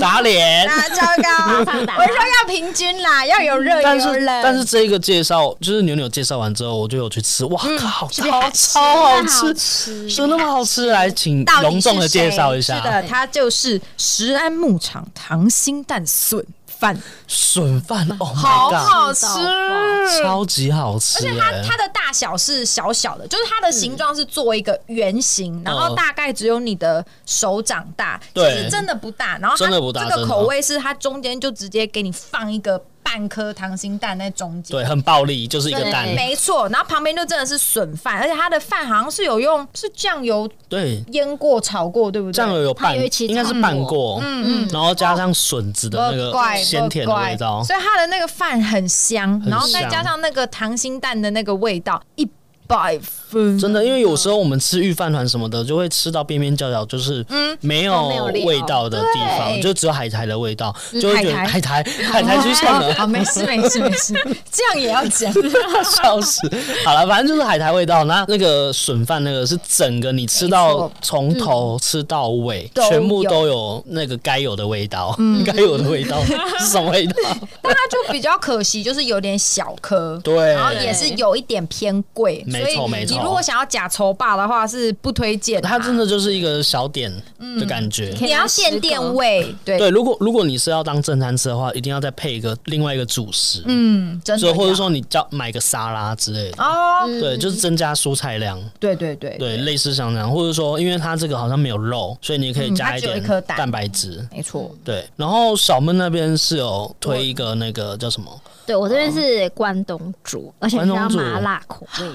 打脸。
啊，糟
<laughs>
糕！我
上打
说要平均啦，要有
嗯
热
但
有
是
冷，
但是这个介绍就是牛牛介绍完之后，我就有去吃，哇
嗯
靠，超超好吃，
吃
说那么好吃，来请
到底
隆重的
是
介
谁
绍一下。
是的，它就是石安牧场溏心蛋笋饭，
笋饭，Oh my
好
god，
好吃。
超级好吃、
而且它
欸！
它的大小是小小的，就是它的形状是做一个圆形，然后大概只有你的手掌大，其
嗯对
实真的不大。然后它
真的不大
这
真
个
的
口味是它中间就直接给你放一个半颗溏心蛋在中间，
对，很暴力，就是一个
对
蛋，
没错。然后旁边就真的是笋饭，而且它的饭好像是有用是酱油
对，
腌过、炒过，对不对？
酱油有
它
拌，
有一起
应该是拌过，
嗯嗯
然后加上笋子的那
不怪
个鲜甜的味道
不怪，所以它的那个饭很香，
很
然后再
香
加上那个溏心蛋的那个味道，一百分。
嗯真的，因为有时候我们吃御饭团什么的，就会吃到边边角角，就是没
都
有
没有料
味道的地方，
对
就嗯只有海苔的味道，就会觉得海
海
苔 <laughs> 海苔出现了，
哦好，没事没事没事，这样也要讲。
笑死！好了，反正就是海苔味道。那那个笋饭那个是整个你吃到从头吃到尾，
都有
全部嗯都有嗯那个该有的味道， <laughs> 该有的味道是什么味道？
但它就比较可惜，就是有点小颗。
对
然，后也是有一点偏贵，
没
所以
错没错
你如果想要假愁霸的话，是不推荐
它
它。
真的就是一个小点的感觉。
可以
你要限店位，对，
对，如果如果你是要当正餐吃的话，一定要再配一个另外一个主食，
嗯，真
所
的
以
要。
或者说你叫买个沙拉之类的，
哦，
对，就是增加蔬菜量，
对对对
对，类似像这样，或者说因为它这个好像没有肉，所以你可以
嗯
加
它
一
只有
点
一颗蛋
蛋白质，
没错。
对，然后小闷那边是有推一个那个叫什么？
对我这边是关东煮，而且是
关东
要
煮
麻辣口味的。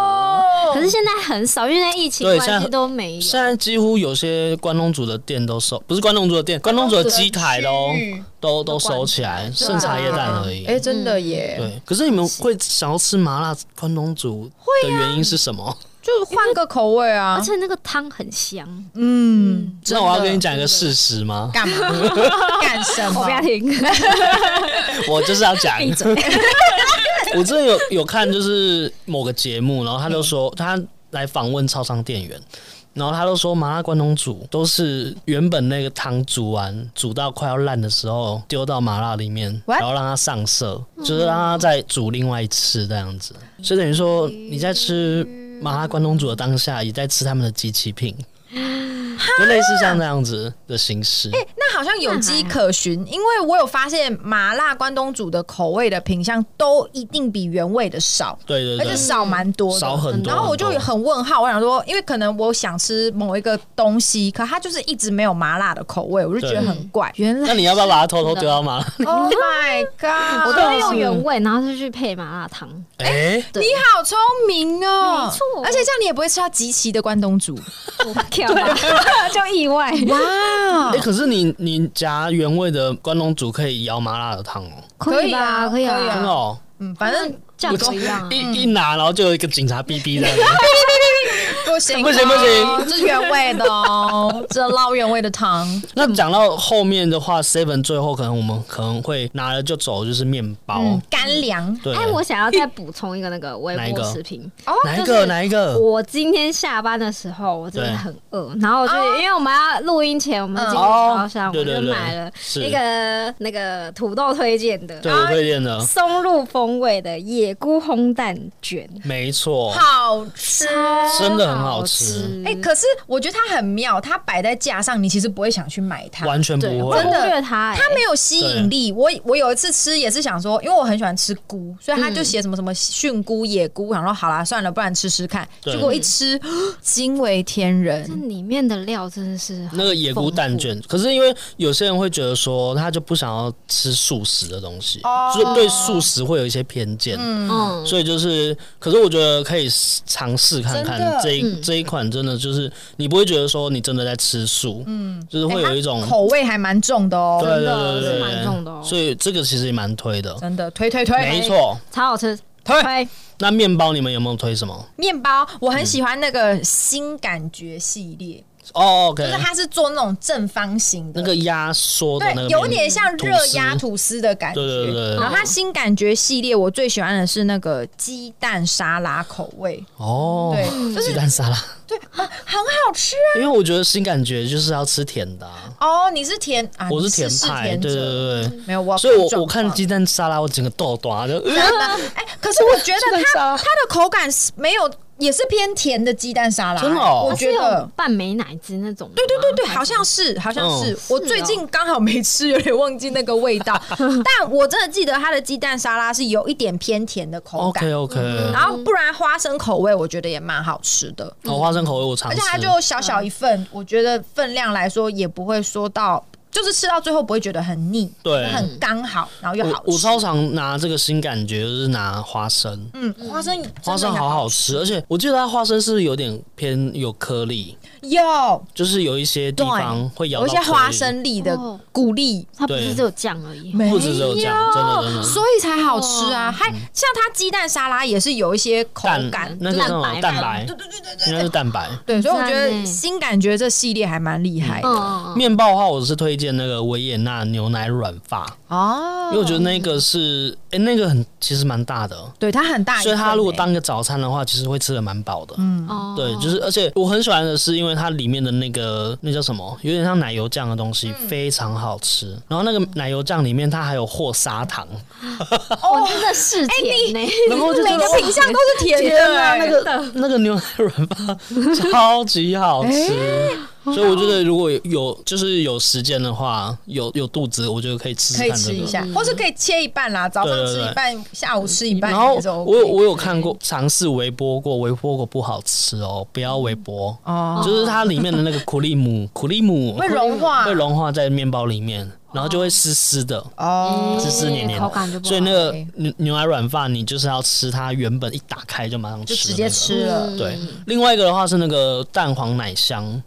哦
可是现在很少，因为现在疫情
对现
关
在
系都没有。
现在几乎有些关东煮的店都收，不是关东煮的店，关东煮的机台都都都收起来，剩茶叶蛋而已。
啊哎、真的耶，
对，可是你们会想要吃麻辣关东煮
啊
的原因是什么？
就换个口味啊
而。且那个汤很香，
嗯，
那我要跟你讲一个事实吗？
干
<laughs>
嘛？干什
我
么
不？要听。 <laughs>
我就是要讲， <laughs> 我之前有有看就是某个节目，然后他就说他来访问超商店员，然后他就说麻辣关东煮都是原本那个汤煮完煮到快要烂的时候丢到麻辣里面，然
What？嗯
后让它上色，就是让它再煮另外一次这样子，所以等于说你在吃麻辣关东煮的当下，也在吃他们的机器
<gasps>
品。就类似像那样子的形式，
那好像有迹可循，因为我有发现麻辣关东煮的口味的品相都一定比原味的少，
对对
而且
对，
少蛮多的。
少很多。
然后我就
很多
很问号，我想说，因为可能我想吃某一个东西，可它就是一直没有麻辣的口味，我就觉得很怪。原
<laughs>
来
那你要不要把它偷偷丢到麻辣？
<laughs> ，Oh my god！
我都会用原味，然后就去配麻辣汤。
哎、
对
你好聪明哦，
没错
而且这样你也不会吃到极其的关东煮。
我跳吧 <laughs> 就意外。
哇
哎、，可是你你夹原味的关东煮可以舀麻辣的汤哦，
可以吧？
可
可
以
以
啊
真的
啊，
哦。
嗯，反正
这样不一样啊。
一一拿，然后就有一个警察逼逼的，
<laughs>
不行
不行不行，
这是原味的哦，这捞原味的汤。
那讲到后面的话，seven 最后可能我们可能会拿了就走，就是面包。
嗯，干粮
对，
哎，我想要再补充一个那个微
哪一
波
个
食品。
哦
哪一
就
个
是
哪一个？
我今天下班的时候，我真的很饿，然后我就
哦
因为我们要录音前，我们进超商，
哦对
我
对
就
对，
买了
是
那个那个土豆推荐的
对我推荐的，
松露风味的野菇烘蛋卷，
没错，
好吃。
真的很好
好
吃，
哎、可是我觉得它很妙，它摆在架上，你其实不会想去买它。
完全不
对，我
会
真
忽
的
略它，哎
它没有吸引力。我我有一次吃也是想说，因为我很喜欢吃菇，所以他就写什么什么菌菇、野菇，想说好啦，算了，不然吃吃看。
对
结果一吃， <gasps> 惊为天人
这。里面的料真的是很
那个野菇蛋卷。可是因为有些人会觉得说，他就不想要吃素食的东西，就是对素食会有一些偏见。
丰富，哦嗯，
所以就是，可是我觉得可以试尝试看
真的
看这一、
嗯
这一款，真的就是你不会觉得说你真的在吃素，嗯，就是会有一种、
哎它口味还蛮重的哦
对，对对
的
对
是
对
蛮重的哦
所以这个其实也蛮推的，
真的推推推。
没错。
超好吃，
推
推
那面包你们有没有推什么？
面包我很喜欢那个新感觉系列，
哦
就是
，OK，
它是做那种正方形的，
那个压缩的那
对，
个
有
面
点像热压
吐司，
吐司的感觉。
对对对对
然后它新感觉系列，我最喜欢的是那个鸡蛋沙拉口味，
哦，
对
嗯
就是
鸡蛋沙拉，
对，啊很好吃啊。
因为我觉得新感觉就是要吃甜的啊，
哦，你是甜啊？
我
你
是
是
甜派，
甜
对对
者嗯
对对。
没有我，
所以我我看
<laughs>
鸡蛋沙拉，我整个豆豆啊，就呃
哎、可是啊我觉得
蛋沙
它它
拉
的口感是没有，也是偏甜的鸡蛋沙拉、
真的哦
我
它是
觉
有
得。
拌美乃滋那种的吗，
啊对对对对，
还
好像是，好像是。哦
嗯
我最近刚好没吃，有点忘记那个味 <laughs> 道。但我真的记得它的鸡蛋沙拉是有一点偏甜的口感，
OK OK，
然后不然花生口味我觉得也蛮好吃的，
哦，花生口味我常
而
吃
且，它就小小一份，我觉得分量来说也不会说到，就是吃到最后不会觉得很腻，
对
很刚好，然后又好
我
吃。
我超常拿这个新感觉，就是拿花生，
嗯，花生
花生好好吃，而且我记得它花生是有点偏有颗粒，
有
就是有一些地方会咬
有
到
一些
颗粒
花，生粒的
哦
谷粒，
它不是
对
只有酱而已，
没
不止只有这
哎
样，真的真的。
所以才好吃啊！还像它鸡蛋沙拉也是有一些口感
蛋，那个那种
蛋
蛋
白
白，对对对对，应该是蛋白。
对，所以我觉得
赞欸
新感觉这系列还蛮厉害的
嗯嗯嗯，
面包的话，我是推荐那个维也纳牛奶软发，
哦
因为我觉得那个是，哎，那个很其实蛮大的，
对它很大一份欸，嗯
所以它如果当个早餐的话，其实会吃的蛮饱的。
哦，
对，就是，而且我很喜欢的是，因为它里面的那个那叫什么，有点像奶油酱的东西，
嗯
非常好吃。然后那个奶油酱里面它还有和砂糖，
哦
我真的是甜呢，
然后我就觉
每
得
个品相都是甜
天
的
啊，
欸，
那个那个牛奶软饭超级
<laughs>
好吃，所以我觉
哦
得如果有就是有时间的话，有有肚子，我觉得可以吃
可以
看
吃
这
一
个。
下，或是可以切一半啦，早上吃一半，下午吃一半
然后
也是 OK。
我有我有看过尝试微波过，微波过不好吃哦，不要微波，
哦，
就是它里面的那个苦力姆，苦力姆
会融化，
会融化在面包里面，然后就会湿湿的， <laughs>
哦，
湿湿黏黏
口
的。
感就不好，
所以那个
，OK
牛牛奶软饭，你就是要吃它原本一打开就马上吃，
就直接。吃了。
对，另外一个的话是那个蛋黄奶香，
嗯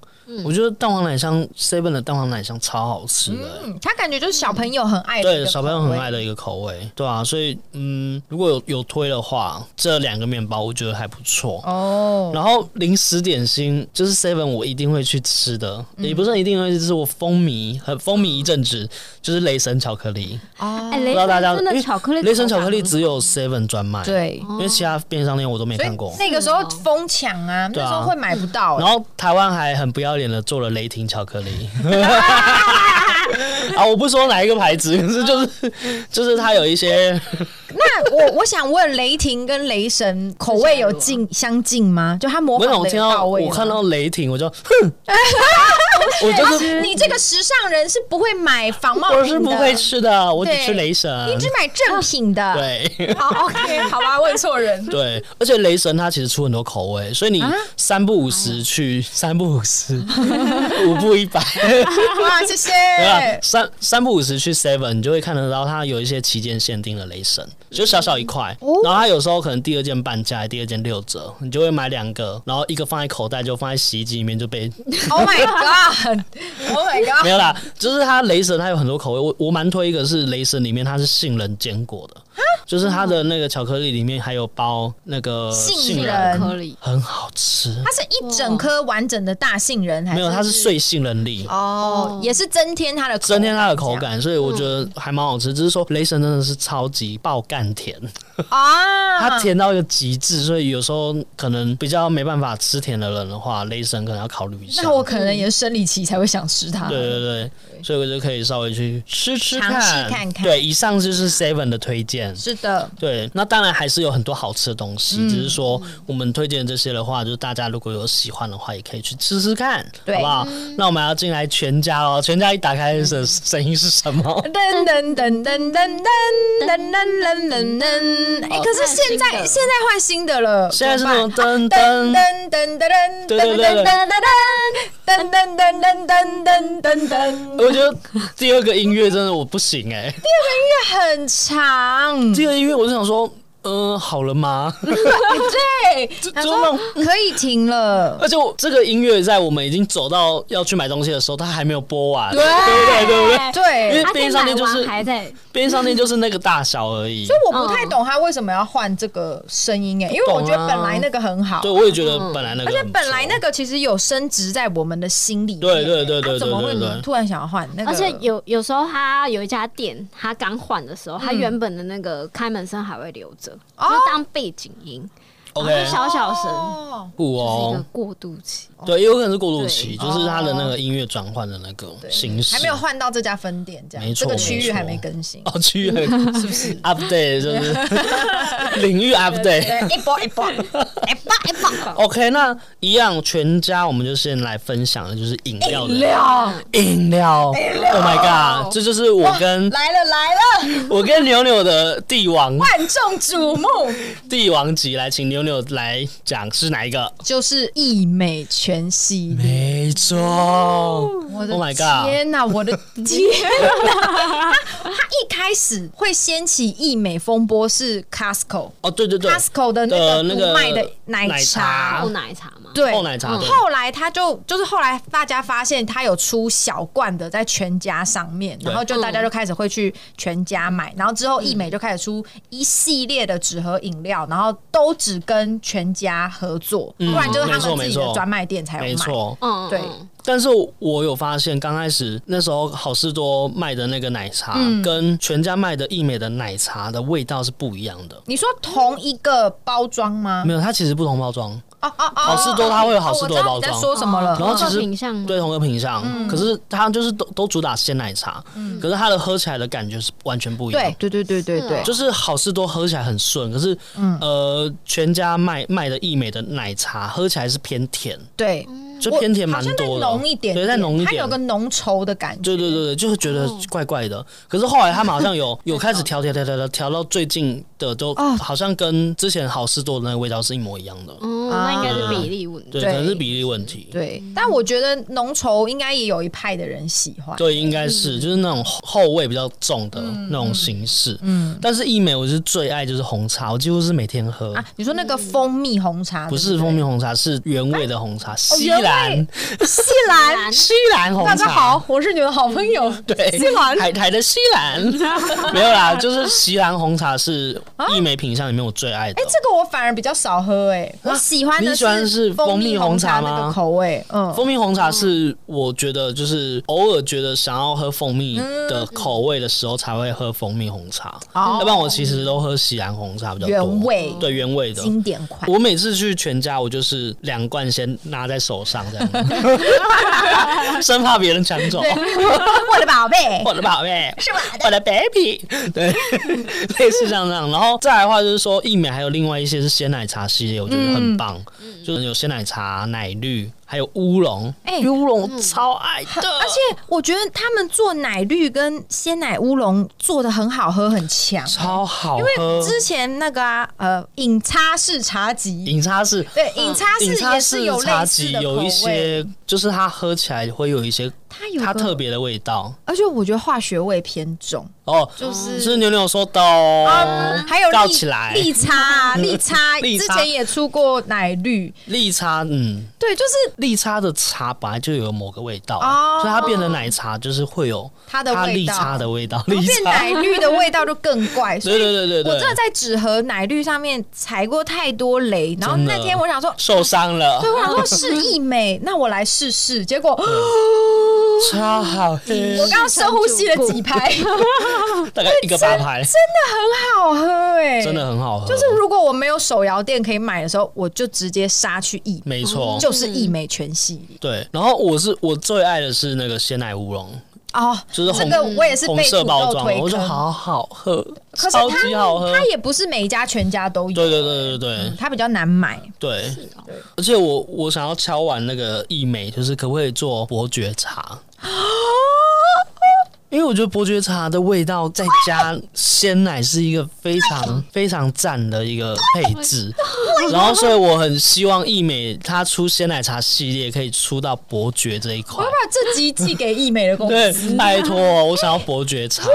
我觉得蛋黄奶香 Seven 的蛋黄奶香超好吃的、
嗯，它感觉就是小朋友很爱的一
对
个
小朋友很爱
口味。
的一个口味，对啊，所以嗯，如果有有推的话，这两个面包我觉得还不错。
哦，
然后零食点心就是 Seven，我一定会去吃的，也不是一定会吃，我风靡很风靡一阵子，就是雷神巧克力。
哦
哎，雷
不知道大家
神真
因
的
为
巧克力，
雷神巧克力只有 Seven 专卖，，
对，
哦
因为其他便利商店我都没
所
看过
以。那个时候疯抢啊，那
对
时
啊
候会买不到
然
欸。
后台湾还很不要脸的做了雷霆巧克力。 <laughs> 啊，我不说哪一个牌子，可是就是就是它有一些
那我我想问，雷霆跟雷神口味有近相近吗？就他模
我
仿
老
的
听
有
到
到位吗啊
我看到雷霆我
<laughs>
就哼，我就是
啊你这个时尚人是不会买仿冒
我是
品的，
不会吃的，我只
对啊
吃雷
你
神。
只买正品的。
对
好，OK，好吧，问错人。
对，而且雷神它其实出很多口味，所以
啊
你三不五
哦
十去，三不五十，五不一百。
哇，谢谢。
对啊，三三不五十去 Seven，你就会看得到它有一些旗舰限定的雷神，就小小一块，然后它有时候可能第二件半价，第二件六折，你就会买两个，然后一个放在口袋，就放在洗衣机里面就被
Oh my god！Oh my god！
没有啦。就是它雷神它有很多口味，我我蛮推一个是雷神里面它是杏仁坚果的，就是它的那个巧克力里面还有包那个
杏
杏
仁
仁，
巧克力，
很好吃。
它是一整颗完整的大杏仁，还
没有，它是
是
碎杏仁粒。
哦，也是增添它的口
增添它的口
感
感，所以我觉得还蛮好吃。只是说雷神真的是超级爆干甜，
这样啊。
它甜到一个极致，所以有时候可能比较没办法吃甜的人的话，雷神可能要考虑一下。
那我可能也是生理期才会想吃它。
对对对，所以我就可以稍微去吃吃
尝试
看，
看看
对，以上就是 Seven 的推荐。
是嗯的，
对，那当然还是有很多好吃的东西，只是说我们推荐这些的话，就是大家如果有喜欢的话，也可以去吃吃看，
对嗯
好不好？那我们要进来全家哦，全家一打开的
<laughs>
声声音是什么？
噔噔噔噔噔噔噔噔噔噔噔。哎，可是现在现在换新的了，
现在是那种
怎么
噔
办
噔
啊噔噔噔噔
对
噔
对对
噔
对
噔噔噔噔噔噔噔噔噔，
我觉得第二个音乐真的我不行哎、
很长。
第二个音乐我就想说，呃，好了吗？
对，
就就
他
那
说
种。
可以停了。
而且我这个音乐在我们已经走到要去买东西的时候，它还没有播完，对不对？对不对？因
对
为，
哎他
便利
在
商
买
店就
完
是
还在，
便利商店就是那个大小而已
所。以我不太懂他为什么要换这个声音哎、因为我觉得本来那个很好，
对，我也觉得本来那个
而且
很不错，
本来那个其实有升值在我们的心里面
对对对对
啊怎么
对
会
对
你
对
突然想要换那个？
而且有有时候他有一家店，他刚换的时候，他原本的那个开门声还会留着，就当背景音，然后
OK
就小小声，
哦，
酷
就是一个
哦，
过渡期。
对，也有可能是过渡期，
对
就是它的那个音乐转换的那个形式，
还没有换到这家分店，这
没
样
错
这个区
没
域
错
还没更新。
哦，区域是不是 update 就是领域 update？
对，一波一波，
哎爸哎爸，
OK，那一样，全家我们就先来分享的就是饮料的
料
饮料。Oh my god，这就是我跟
来了来了，
我跟牛牛的帝王
万众瞩目，
帝王级来，请牛牛来讲是哪一个？
就是一美全系列。
没错，
我的
Oh my god
天
<laughs>
哪、我的天哪、他他一开始会掀起一美风波是 Costco。
哦，对对对
Costco 的
呃
那
那
个
个
独卖的奶
奶
茶
茶，
泡奶茶嘛，
对，
厚奶茶对
嗯后来他就就是后来大家发现他有出小罐的在全家上面，
对
然后就大家就开始会去全家买，然后之后一美就开始出一系列的纸盒饮料，然后都只跟全家合作，不
嗯
然就是他
没错
们自己
没
的
错
专卖店才有卖。
没错。
嗯，
对
嗯
但是我有发现，刚开始那时候好事多卖的那个奶茶，跟全家卖的益美的奶茶的味道是不一样的。
你说同一个包装吗？
没有，它其实不同包装，
哦哦哦，
好事多它会有好事多的
哦
包
我知道你
装
在说什么
然
了？
后其实
品相吗
对同个品相，可是它就是都都主打鲜奶茶，可是它的喝起来的感觉是完全不一样
对
的。
对对对对对，
就是啊好事多喝起来很顺，可是、
嗯
呃，全家卖卖的益美的奶茶喝起来是偏甜，
对，
就
嗯我
嗯偏甜
好
蛮
像再
多的，
浓一点，
对，再浓一
它
点
有，个浓稠的感觉。
对对对对，就是觉得怪怪的。可是后来他们好像
<laughs>
有有开始调调调调调调到最近的都
哦
好像跟之前好事多的那个味道是一模一样的，
哦，
啊
那应该是比例问题。
对，
对
可能是比例问题。
对，但我觉得浓稠应该也有一派的人喜欢。
对，应该
嗯
是就是那种后后味比较重的那种形式。嗯，但是益美我是最爱就是红茶，我几乎是每天喝。
啊，你说那个蜂蜜红茶哦
不是蜂蜜红茶，是原味的红茶，西
原味
兰
西兰。
西兰 <laughs> 红茶。嗯
大家好，我是你的好朋友。
对，
西兰
海苔的西
<laughs>
兰，没有啦，就是西兰红茶是益美品相里面我最爱的。
哎，啊这个我反而比较少喝，哎，我喜欢
啊
的
你喜欢是
蜂
蜂
蜜
蜜
红
红茶
那个
吗
口味，嗯，
蜂蜜红茶是我觉得就是偶尔觉得想要喝蜂蜜的口味的时候才会喝蜂蜜红茶，
嗯哦
要不然我其实都喝西兰红茶比较多。
原味
对原味的。
经典款。
我每次去全家，我就是两罐先拿在手上这样，
<laughs>
生怕别人抢走。
我的宝贝，
<laughs> 我的宝贝，是我的，我的 baby，对， <laughs> 类似像这样。然后再来的话就是说，益美还有另外一些是鲜奶茶系列，我觉得很棒，就是有鲜奶茶、奶绿，还有乌龙。
嗯哎嗯
乌龙我超爱的，
而且我觉得他们做奶绿跟鲜奶乌龙做的很好喝，很强。
超好
因为
喝。
之前那个啊，呃，饮茶式茶集，
饮茶是。
对，饮茶
饮
式
茶
也是
式
有
茶
类似
集
的口
有一
味，
些，就是它喝起来会有一些
它有
它
个
特，别的味道
而且我觉得化学味偏重，
哦，
就是嗯
是牛牛说的哦，
还有
倒
绿
起来 <laughs>
绿茶，绿茶
绿
之
茶
前也出过奶绿，
利差，嗯，
对，就是
利差的茶本来就有某个味道，
哦
所以它变成奶茶就是会有
它的
它
味
利差
道，
的味道，
然
利
后变
差。
奶绿的味道就更怪，所
对
以。
对对对
我真
对，
的在纸盒奶绿上面踩过太多雷，然后
真的
那天我想说，
受伤了
对，，我想说是益美，那我来试试。结果我
超好喝，
刚刚深呼吸了几拍， <laughs> 真的
大概一个八拍，
很好喝哎、
真的。很好喝，
就是如果我没有手摇店可以买的时候，我就直接杀去益美，
没错，
就是益美全系列
对。然后我是我最爱的是那个鲜奶乌龙，
哦。
就是
这
红
个我也是
红
被
色
土
包
豆
装
推
的，我说
坑，
好好喝，
可是
超级好喝
它。也不是每一家全家都有，
对对对对对
嗯，它比较难买。
对
哦
对，而且我我想要敲完那个益美，就是可不可以做伯爵
<gasps>
茶？因为我觉得伯爵茶的味道再加鲜奶是一个非
<laughs>
常非常赞的一个配置，
Oh
然后所以我很希望益美它出鲜奶茶系列可以出到伯爵这一
我 <laughs>
款
要。把这集寄给益美的公司， <laughs>
对，拜托，我想要伯爵茶。
它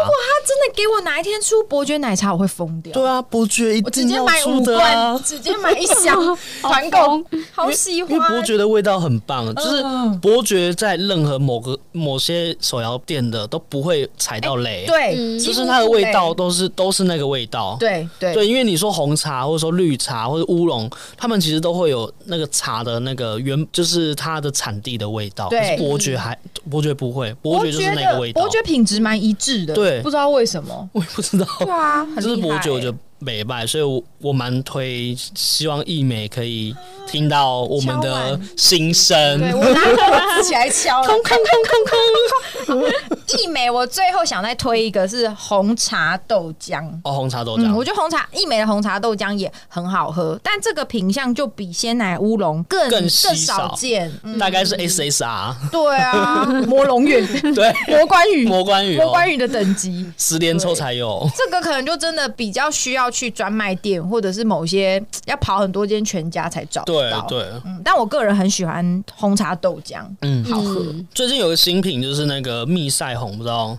真的给我哪一天出伯爵奶茶，我会疯掉。
对啊，伯爵一
我直
定
接
要
买
出
五
的啊
罐，，直接买一箱团购，好喜
因为伯
欢。
爵的味道很棒，就是
嗯
伯爵在任何某个某些手摇店的都不会踩到雷，，
哎对，
嗯
几
就
乎
是它的味道
不
都是都是那个味道，
对对
对，因为你说红茶或者说绿茶或者乌龙，他们其实都会有那个茶的那个原，就是它的产地的味道。
对
可是伯爵还伯爵不会，伯爵就是那个味道。
伯爵品质蛮一致的，
对
不知道为什么。
我也不知道，
对啊，很
就是
厉
伯
害
爵我觉得美败，所以我我蛮推，希望艺美可以听到我们
敲
的
碗
心声。
对我拿我自己来敲了。
空空空
<laughs> 一美，我最后想再推一个是红茶豆浆。
哦，红茶豆
嗯，我
浆
觉得红茶一美的红茶豆浆也很好喝，但这个品相就比鲜奶乌龙更
更稀少
少见。嗯，
大概是 SSR，
对
<laughs>
啊，魔龙院、
对， <laughs>
魔关羽、
魔关羽哦
魔关羽的等级。
十连抽才有。
这个可能就真的比较需要去专卖店，或者是某些要跑很多间全家才找得
对
到。，
对，
嗯，但我个人很喜欢红茶豆浆，
嗯，
好喝。
最近有个新品，就是那个蜜晒红，不知道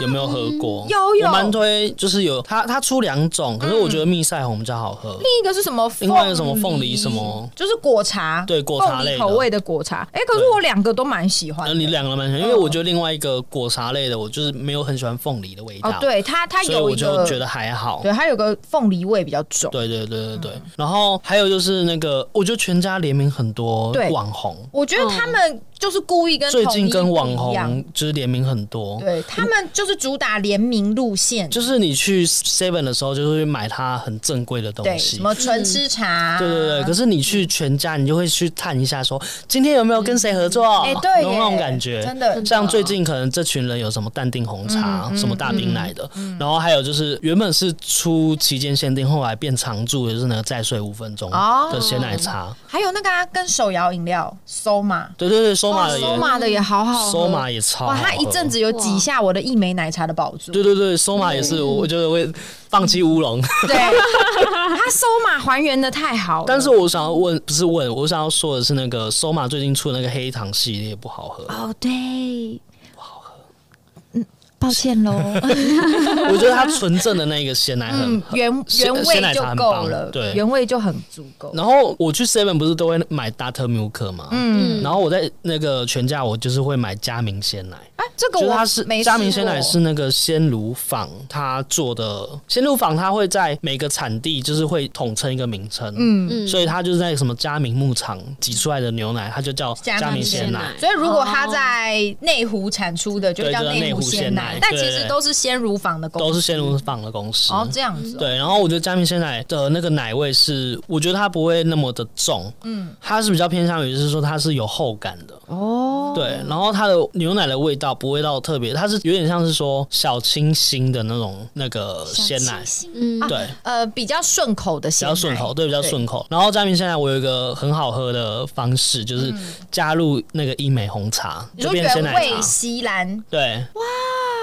有没有喝过？
啊有有嗯
我蛮推，就是有它它出两种，可是我觉得蜜晒红比较好喝。
另一个是什么？
另外一个什么凤梨什么，
就是果茶，
对果茶
凤
类
梨
的
口味的果茶。哎、可是
对
我两个都蛮喜欢
呃，
的。哦
你两个蛮喜欢，因为
嗯
我觉得另外一个果茶类的，我就是没有很喜欢凤梨的味
哦
道，，
对它它
所以
有
我
一
就
个，
觉得还好。
对它嗯有个凤梨味比较重。
对对对对对，然后还有就是那个，我觉得全家联名很多
对
网红，
我觉得他们就是故意跟
最
统
近
一
跟网
不一样，
红就是联名很多，
对他们就是主打联名路线，
就是你去 Seven 的时候，就是会买它很正规的东
对
西
什，么啊嗯纯吃茶，
对对对，可是你去全家，你就会去探一下说今天有没有跟谁合作，
哎、对
啊有
耶，
那种感觉。
真的
真的
像最近可能这群人有什么淡定红茶、
嗯嗯嗯
什么大冰奶的，然后还有就是原本是出期间限定，后来变常驻的，就是那个再睡五分钟
哦
的鲜奶茶。
还有那个、啊、跟手摇饮料收马，
对对对，收马的也
收马的也好哦好喝，
收马也超好
哇，
喝
它一阵。子有挤下我的一枚奶茶的宝珠，
对对对，收马也
嗯
是，我觉得会放弃乌龙。
对， <laughs> 它收马还原的太好了，
但是我想要问，不是问，我想要说的是，那个收马最近出的那个黑糖系列不好喝。
哦，对，抱歉
<laughs>
喽，
我觉得它纯正的那个鲜奶很
嗯，原
鲜鲜
原味
奶
就
茶很
够
棒
了，
对
原味就很足够。
然后我去 Seven 不是都会买 d a t e r Milk 嘛，
嗯，
然后我在那个全家我就是会买佳明鲜奶，
哎，这个
就是
我
它是
没
佳明
试
鲜奶
过
是那个鲜乳坊它做的，鲜乳坊它会在每个产地就是会统称一个名称，
嗯，
嗯
所以它就是在什么佳明牧场挤出来的牛奶，它就叫
佳
佳
明
明鲜
鲜
奶。
所以如果它在内湖产出的，就
对
叫
就叫内
湖
湖
鲜
鲜
奶
奶，
但
对
其实都是鲜乳坊的公司，
都是鲜乳坊的公司，
哦这样子哦，
对，然后我觉得佳明鲜奶的那个奶味是，我觉得它不会那么的重，嗯，它是比较偏向于是说它是有后感的，哦，对，然后它的牛奶的味道不会到特别，它是有点像是说小清新的那种那个鲜奶，
嗯，
对。
呃，比较顺口的
比
鲜奶，
较顺口，对，比较
对
顺口。然后佳明鲜奶我有一个很好喝的方式，就是加入那个一美红茶，
嗯你
就
说
变鲜
原
奶茶
味，西兰，
对，哇，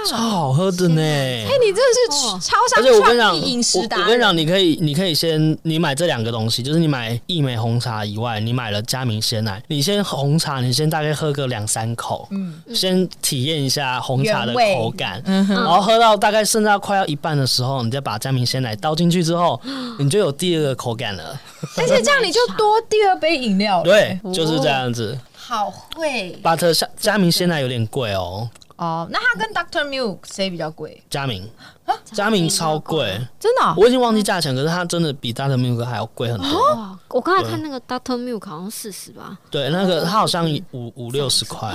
超好喝的呢。
哎你真的是超
而
商
且我跟你
创
讲，
意饮食
我
达
我跟你
人，
讲，你可以，你可以先，你买这两个东西，就是你买益美红茶以外，你买了佳明鲜奶，你先红茶，你先大概喝个两三口，嗯，先体验一下红茶的
原味
口感，然后喝到大概剩下快要一半的时候，你再把佳明鲜奶倒进去之后，你就有第二个口感了。
而且这样你就多第二杯饮料了，
对，就是这样子。
好会
But 佳佳明鲜奶有点贵哦，
哦。那它跟 Doctor Milk 谁比较贵？
佳明，佳啊明超贵，
真的哦
我已经忘记价钱，可是它真的比大的 milk 还要贵很多。
哇！我刚才看那个 Doctor Milk 好像四十吧，
对，那
哦
个它好像五五六十块，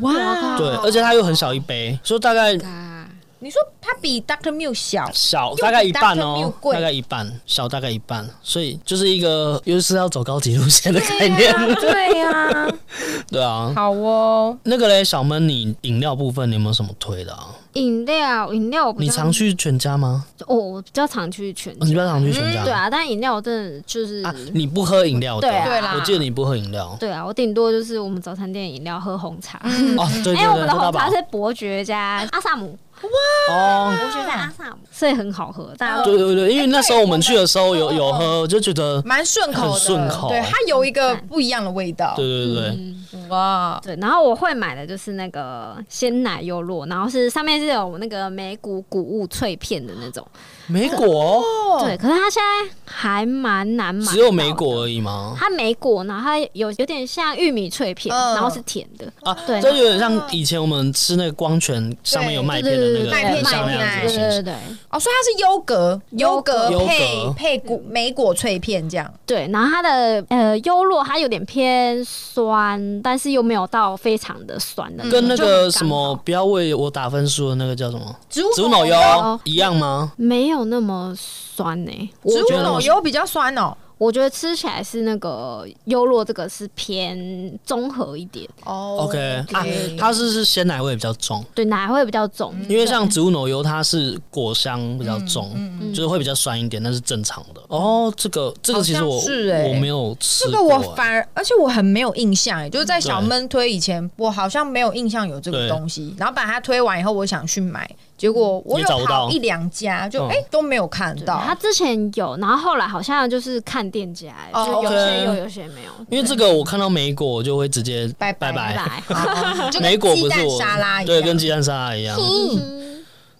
哇！
对，而且它又很小一杯，所以大概
啊，
你说它比 Doctor Milk 小，
小
比
大概一半
Dr. Mill
哦，
贵
大概一半，小大概一半，所以就是一个又是要走高级路线的概念，
对呀，
<laughs> 对啊。
好哦。
那个嘞，小闷，你饮料部分你有没有什么推的啊？
饮料饮料我比
你
较
常去全家吗？
哦，我比较常去全
哦你
家
不要常去全家，
对啊，但饮料我真的就是
啊，你不喝饮料的，
对啊
对啦
我记得你不喝饮料。
对啊，我顶多就是我们早餐店饮料喝红茶。
哦，对对
哎，我
对，
们的
喝到
红
饱
茶。是伯爵加阿萨姆，
哦，
我觉得阿萨姆，所以很好喝，大家
对对对，因为那时候我们去的时候有有喝，我就觉得，
蛮顺口的，
很顺口
对，它有一个不一样的味道。
对对对，
嗯
哇，
对，然后我会买的就是那个鲜奶优酪，然后是上面是有那个美谷谷物脆片的那种，
梅果
对，可是它现在还蛮难买，
只有梅果而。已吗？
它梅果，然后它有有点像玉米脆片，
嗯
然后是甜的，
啊，
对
这有点像以前我们吃那个光泉上面有麦片的那
对
个
麦片
像那
牛
样
奶
对
子
对
的
对
形
对
哦，所以它是优格，优格
优格
配配谷莓果脆片这样。
对。然后它的呃优酪，它有点偏酸，但是又没有到非常的酸的
嗯
种，
跟那
就很刚
个
好
什么不要为我打分数的那个叫什么
植物
植物奶
油
油一样吗？
没有那么酸呢、欸我
植
觉
物
得
奶油比较酸哦。
我觉得吃起来是那个优酪这个是偏综合一点，
哦
OK 啊，它是是鲜奶味比较重，
对奶会比较重，
嗯
因为像植物奶油它是果香比较重，
嗯
就是会比较酸一点，那是正常的。哦，这个这个其实我、
好像是欸
我没有吃
这
过、欸啊
个我反而，而且我很没有印象，哎，就是在小
对
闷推以前，我好像没有印象有这个
对
东西。然后把它推完以后，我想去买，结果我
也
有
找不
跑
到
一两家，就
嗯
哎、都没有看
对
到。
他之前有，然后后来好像就是看店家、欸，
哦
就有
OK
些有，有些没有。
因为这个我看到梅果我就会直接
拜拜
拜
拜
<laughs>
拜，
好啊就
梅
跟
果
鸡
不是
蛋
我
沙拉一样，
对，跟鸡蛋沙拉一样。
嗯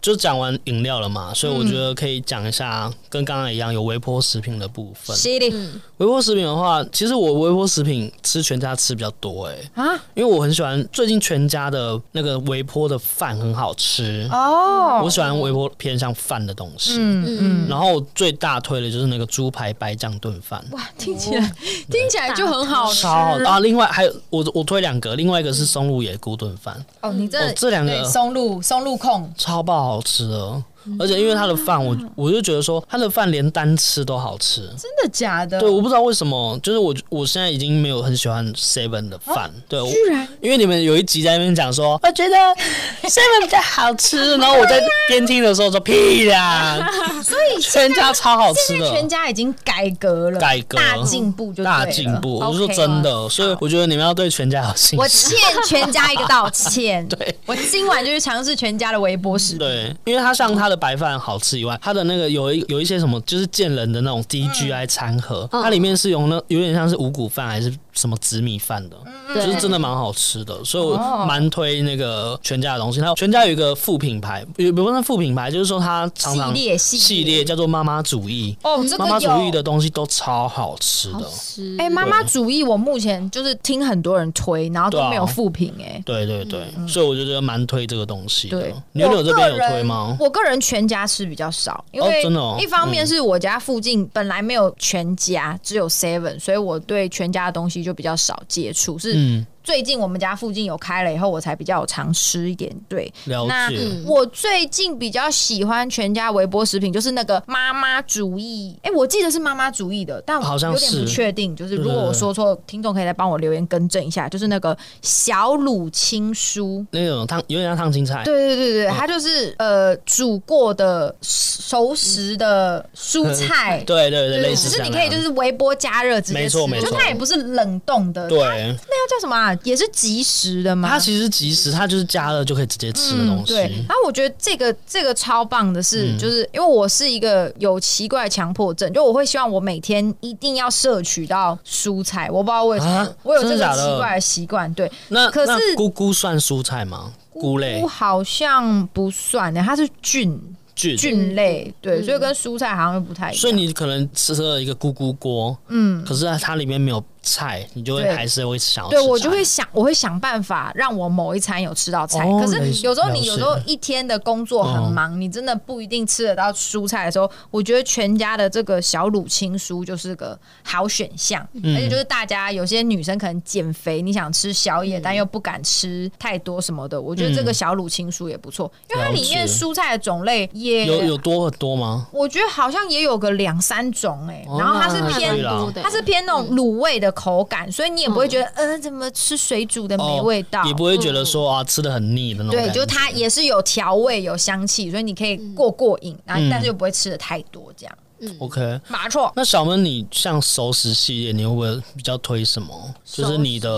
就讲完饮料了嘛，所以我觉
嗯
得可以讲一下跟刚刚一样有微波食品的部分。
西林
微波食品的话，其实我微波食品吃全家吃比较多哎、
啊
因为我很喜欢最近全家的那个微波的饭很好吃，
哦
嗯我，喜欢微波偏向饭的东西。
嗯
然后最大推的就是那个猪排白酱炖饭，
哇，听起来 <laughs> 听起来就很好吃
哦超好啊！另外还有我我推两个，另外一个是松露野菇炖饭，
哦。你
哦
这，
这两
对
个
松嗯露松露控
超爆好吃的，而且因为它的饭，我我就觉得说它的饭连单吃都好吃。
真的假的？
对，我不知道为什么，就是我我现在已经没有很喜欢 Seven 的饭，对，我
哦居然
因为你们有一集在那边讲说，我觉得 Seven 比较好吃，然后我在边听的时候说屁啦，
<laughs> 所以现
全家超好吃
在全
的，
家已经改革了，
改革
大进步就对了
大进步，我
OK
是说真的，所以我觉得你们要对全家有信
<laughs> 我
心。
欠全家一个道歉。
对，
<laughs> 我今晚就去尝试全家的微波食品。
对，因为它像它的白饭好吃以外，它的那个有一有一些什么，就是健人的那
嗯
种 DGI 餐盒，
嗯
它里面是用那有点像是五谷饭还是什么紫米饭
嗯
的，
嗯对
就是真的蛮好吃的，所以
哦
我蛮推那个全家的东西。它全家有一个副品牌，也不是副品牌，就是说它常常
系列系列
系列叫做妈妈主义，
哦，这
妈妈主
个
义
有。
的东西都超好吃的。
吃
哎，妈妈主义，我目前就是听很多人推，然后都
对啊
没有复评哎。
对对对，所以我就觉得蛮推这个东西的
对。
牛牛这边有
我个人
推吗？
我个人全家吃比较少，因为
哦真的哦
一方面是我家附近本来没有全家，只有 Seven，所以我对全家的东西就比较少接触。是
嗯，
最近我们家附近有开了以后，我才比较有常吃一点。对，
了
那
解。
嗯
我最近比较喜欢全家微波食品，就是那个妈妈主义。哎、我记得是妈妈主义的，但我
好像
有点不
是
确定。就是如果
对对
我
对
说错，听众可以来帮我留言更正一下。就是那个小卤青蔬。
那种烫有点像烫青菜，
对对对对，
嗯
它就是呃煮过的熟食的蔬菜，
对 <laughs> 对对，类
只
似
是
像
你
那
可以
样。
就是微波加热直接
没
吃
错没，
就
错
它也不是冷冻的，它
对，
叫什么啊？也是即食的吗？
它其实即食，它就是加热就可以直接吃的东西。嗯
嗯对，然后我觉得这个这个超棒的是，就是因为我是一个有奇怪的强迫症，就我会希望我每天一定要摄取到蔬菜，我不知道为什么，
啊
我有这个
真的假的
奇怪的习惯。对，
那
可
那
是
菇菇算蔬菜吗？菇类
菇好像不算欸的，它是菌
菌，
菌类，对，所以跟蔬菜好像又不太一样。
所以你可能吃了一个菇菇锅，嗯，可是它里面没有菜，你就会
对
还是会想要哦吃
对
菜。
我就会想，我会想办法让我某一餐有吃到菜。
哦
可
了
是
解
有时候你
了
有时候
解嗯
一天的工作很忙，你真的不一定吃得到蔬菜的时候，我觉得全家的这个小卤青蔬就是个好选项，
嗯
而且就是大家有些女生可能减肥，你想吃宵
嗯
夜但又不敢吃太多什么的，我觉得这个小卤青蔬也不错，因为它
了
里面
解
蔬菜的种类也
有有多很多吗？
我觉得好像也有个两三种哎、
哦
然后它是
那还
偏
可以啦
多的，
它是偏那种卤味的口感，所以你也不会觉得，
嗯
呃，怎么吃水煮的没味道。
嗯也不会觉得说啊吃的很腻的那种感
对，
觉。
就是它也是有调味、有香气，所以你可以过过瘾，然后
嗯
但是又不会吃的太多这样。
嗯
OK，
没错，
那小闷，你像熟食系列，你会不会比较推什么？就是你的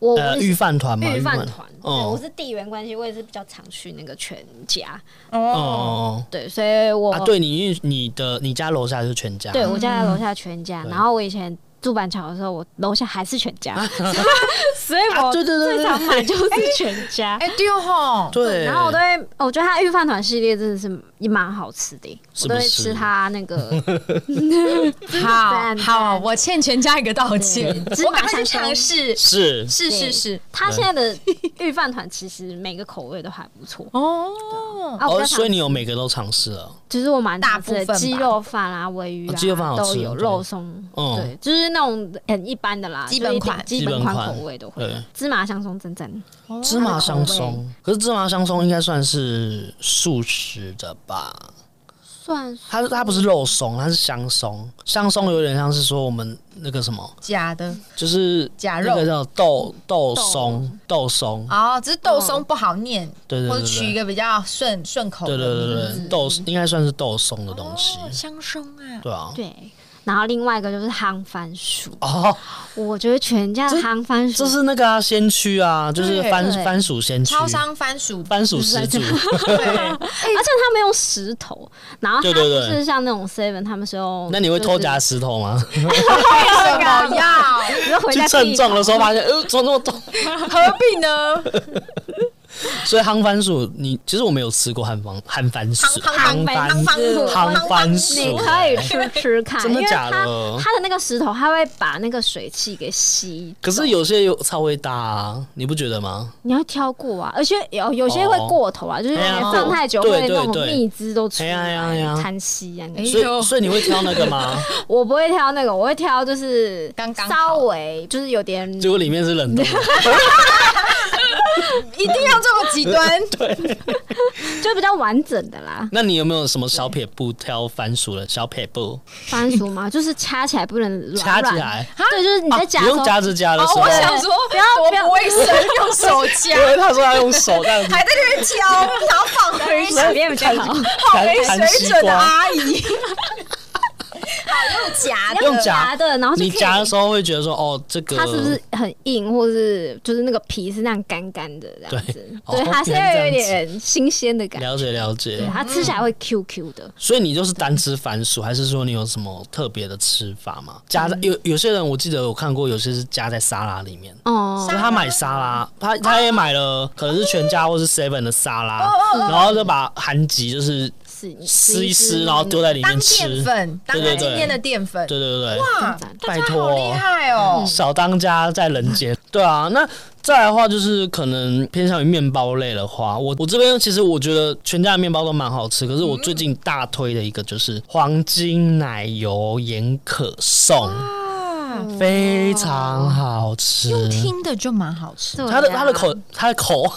我
呃
我是
御饭团嘛，
御饭团，对，
哦
我是地缘关系，我也是比较常去那个全家，
哦
哦，
哦
对，所以我
哦啊，对你，因为你的你家楼下就是全家，
对我家在楼下全家，
嗯对
然后我以前住板桥的时候，我楼下还是全
<laughs>
家， <laughs> 所以
啊
我
对对对
最
对
常买就是全家。
哎对吼，
对，
然后我都会，我觉得它御饭团系列真的是也蛮好吃的，
是
我
不是
都会吃它
<laughs>
那个
好
赞
好，
赞
我欠全家一个道歉，
芝
我赶
麻
快去
香
尝
松。
试，
是
是
对
是是，
它现在的御饭团其实每个口味都还不错
哦，
啊，我
哦，
比较常
所以你有每个都尝试了，
就是我蛮常
大
吃
部
的
分吧
鸡肉饭啊、尾鱼
哦
啊，
鸡肉饭好吃
都有
对
肉松，
嗯
对，就是那种很一般的啦，
基本款
就是一定基本款口味都会
基本款。
芝麻香松真真，
哦
芝麻香
它的口
松，可是芝麻香松应该算是素食的吧？
算是
它它不是肉松，它是香松，香松有点像是说我们那个什么，
假的，
就是
假
那个
肉
叫豆豆松豆松，
哦，只是豆松不好念，
对对
或
对
者取一
对。
个比较顺顺口
对
的
对对对
名字嗯
对，豆应该算是豆松的东西，
哦香松啊，
对啊。
对。然后另外一个就是夯番薯，
哦，
我觉得全家的夯番薯
这是那个啊，先驱啊，就是
对
番
对
番薯先驱，
超商番薯，
<laughs> 番薯始祖，
<laughs>
对，
而且他们用石头，然后
对
他
对
不
对
是像那种 seven，他们是用。
那你会偷夹？石头吗？
哎
为什么要？
你就回
去
家自己
称重的时候发现，呃，怎么那么重？
何必呢？
所以夯番薯，你其实我没有吃过夯番夯番薯，
夯夯
番
夯番薯
夯番薯，
你可以吃吃看，
真的
因为
假
它
的
它的那个石头，它会把那个水汽给吸。
可是有些有超会搭啊，你不觉得吗？
你要挑过啊，而且有有些会过头啊，就是
哦哎呀
放太久
对
会那
对
种
对
蜜汁都出
哎
来
呀哎呀哎呀
摊稀啊。
哎
所
呦
以所以你会挑那个吗？
我不会挑那个，我会挑就是
刚刚好
稍微就是有点
结果里面是冷的，
一定要这么
<laughs>
极端？
就比较完整的啦。
那你有没有什么小撇步挑番薯的小撇步？
番薯嘛， <laughs> 就是掐起来不能软
掐
软，
起来，
对，就是你在夹
不
的时
啊用
候
夹子夹的
哦
时，候
我，想说
不要
多
不要
不卫生，用手
因 <laughs>
夹，
为他说他用手这样子
还在那边挑，然后放回
<laughs>
去，
小便比较
<laughs>
好。
好没
弹
水
西
准的
瓜，
阿姨，
假
用
的，
夹
夹的，然后就
你
可以
夹的时候会觉得说，哦，这个
它是不是很硬，或是就是那个皮是那样干干的这样子？
对
对，
哦
它是
原来
要有
这样子
点新鲜的感觉，
了解了
对，
解？
它吃起来会 Q Q 的。
所以你就是单吃番薯，还是说你有什么特别的吃法吗？夹
嗯
在有有些人我记得我看过，有些是夹在沙拉里面。
哦
就，他买沙拉，
啊
他他也买了，可能是全家或是 Seven 的沙
哦
拉，然后就把韩籍就是
是
撕一撕，然后丢在里
当
面吃
淀。粉，当
对对对
今天的淀粉，
对对对
哇，
对，拜
好
托
厉，害哦！
小当家在人
<laughs>
间。对啊，那再来的话就是可能偏向于面包类的话，我我这边其实我觉得全家的面包都蛮好吃，可是我最近大推的一个就是黄金奶油盐可颂，
哦
啊，
嗯非常好吃。
听的就蛮好吃的，
对
它的
啊
它的口它的口
口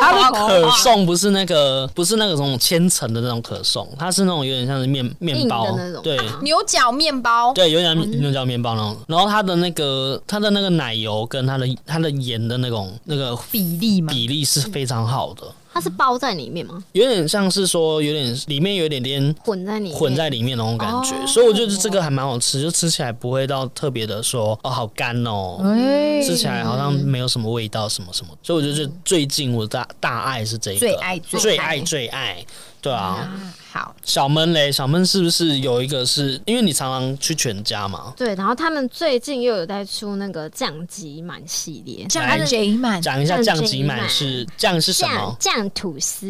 它的
口
可颂不是那个不是那个那种千层的那种可颂，它是那种有点像是面面包
硬的那种
对。
牛角面包，
对，有点像
嗯
面牛角面包那种，然后它的那个它的那个奶油跟它的它的盐的那种那个
比例嘛，
比例是非常好的，
它是包在里面吗？
有点像是说有点里面有一点点
混在里面，
混在里面那种感觉，
哦
所以我觉得这个还蛮好吃，就吃起来不会到特别的说哦好干哦，
哎
吃起来好像没有什么味道，什么什么。所以我觉得最近我大大爱是这一个，
最爱最爱
最爱最爱对啊。
啊好，
小闷嘞，小闷是不是有一个是因为你常常去全家嘛？
对，然后他们最近又有在出那个酱鸡满系列，
酱 J 满
讲一下酱
酱
挤满是酱是什
酱
么？
酱吐司，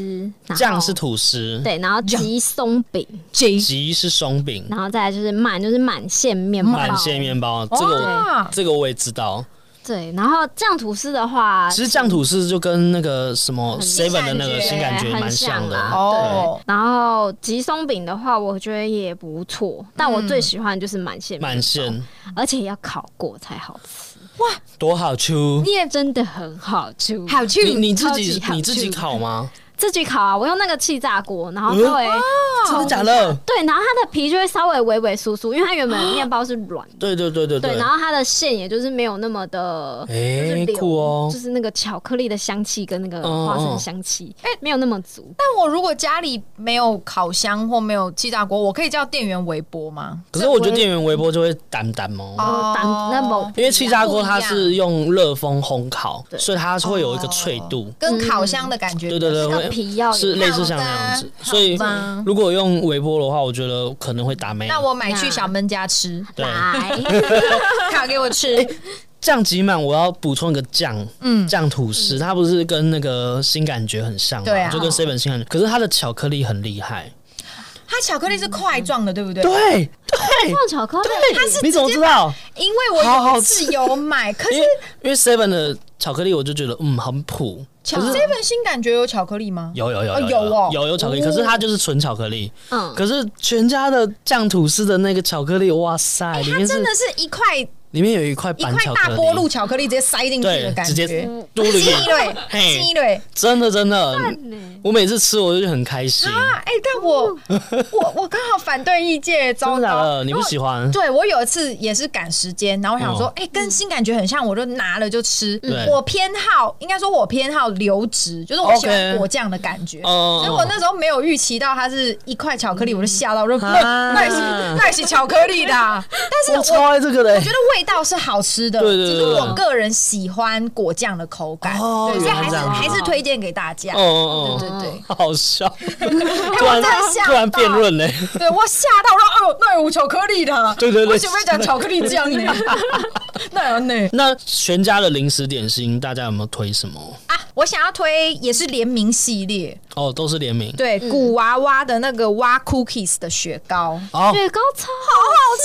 然后
酱是吐司，
对，然后鸡松饼，
J
吉是松饼，
然后哦再来就是满，就是满馅面包，
满馅面包，这个我
哇，
这个我也知道。
对，然后酱吐司的话，
其实酱吐司就跟那个什么 seven 的那个新
新
感
感觉
觉
很
蛮
像啊
像
啦
的。
哦，
然后吉松饼的话，我觉得也不错，但我最喜欢的就是满馅面
嗯
包
满，馅
而且要烤过才好吃，
多好吃！
你也真的很好吃。
好去
你你自
超
己
级好
你自己
吃
烤吗？呃
自己烤啊，我用那个气炸锅，然后稍微
真的假的？
对，然后它的皮就会稍微微微酥酥，因为它原本面包是软的。
对对对对
对，然后它的馅也就是没有那么的，就是
哎
流
酷哦
就是那个巧克力的香气跟那个
嗯
花
嗯
生香气，哎，没有那么足。
但我如果家里没有烤箱或没有气炸锅，我可以叫店员微波吗？
可是我觉得电源微波就会淡淡哦。
哦
哦，但那么
因为气炸锅它
不一
是用热风烘烤，
对哦
所以它会有一个脆度。
跟烤箱的感觉。
嗯对对对，
那
会
个皮要有
是类似像那样子。
好吧
所以
好吧
如果用微波的话，我觉得可能会打没。
那我买去小闷家吃，
对
来，
<laughs> 烤给我
哎
吃。
酱挤满，我要补充一个酱，
嗯，
酱吐司，它不是跟那个新感觉很像吗？
对啊
就跟 seven 新感觉，可是它的巧克力很厉害。
它巧克力是块状的，对不对？
对
放巧克力，
对，你怎么知道？
因为我
好
有
好
一次有买，可
因
是
为因为 seven 的巧克力，我就觉得嗯很普，
巧 seven 新感觉有巧克力吗？
有有有
哦
有
有哦
有有巧克力，
哦
可是它就是纯巧克力。
嗯，
可是全家的酱吐司的那个巧克力，哇塞，里
它
面
真
是
的是一块一
里面有一块板
块
巧
大
克
波路
力，
巧克力直接塞进去的
对，
感
直接
觉。
嘟了一
进
个，
一对，
嘿
进一对
真的真的，
呢
我每次吃我就很开心，
啊！哎，但我我我刚好反对意见，
<laughs> 真
糟
的假
糕
的？，你不喜欢？
<laughs> 对我有一次也是赶时间，然后我想说，
哦嗯
哎、跟新感觉很像，我就拿了就吃。
对
我偏好，应该说我偏好流质，就是我喜欢
OK
果酱的感觉。
哦
所以我那时候没有预期到它是一块巧克力，我就吓到，我就
啊
那也是那也是巧克力
<laughs>
的啊，但
我
是我。
超爱这个的
我觉
欸。
得味道是好吃的，
对对对
只是我
对
个人喜欢果酱的口感，
哦
对，所以
原来
还是
这样
还是推荐给大家。
哦哦
对
哦，
对对，哎
好
<laughs>
笑，突然
真的吓
突然
到
辩论欸嘞，
<laughs> 对我吓到了，哦，那有巧克力的，
对对对
我准备讲巧克力
<laughs>
酱 <laughs> 呢，那有呢。
那全家的零食点心，大家有没有推什么？
啊，我想要推也是联名系列，
哦，都是联名，
对，古娃娃的那个挖 cookies 的雪糕，
哦，
雪糕超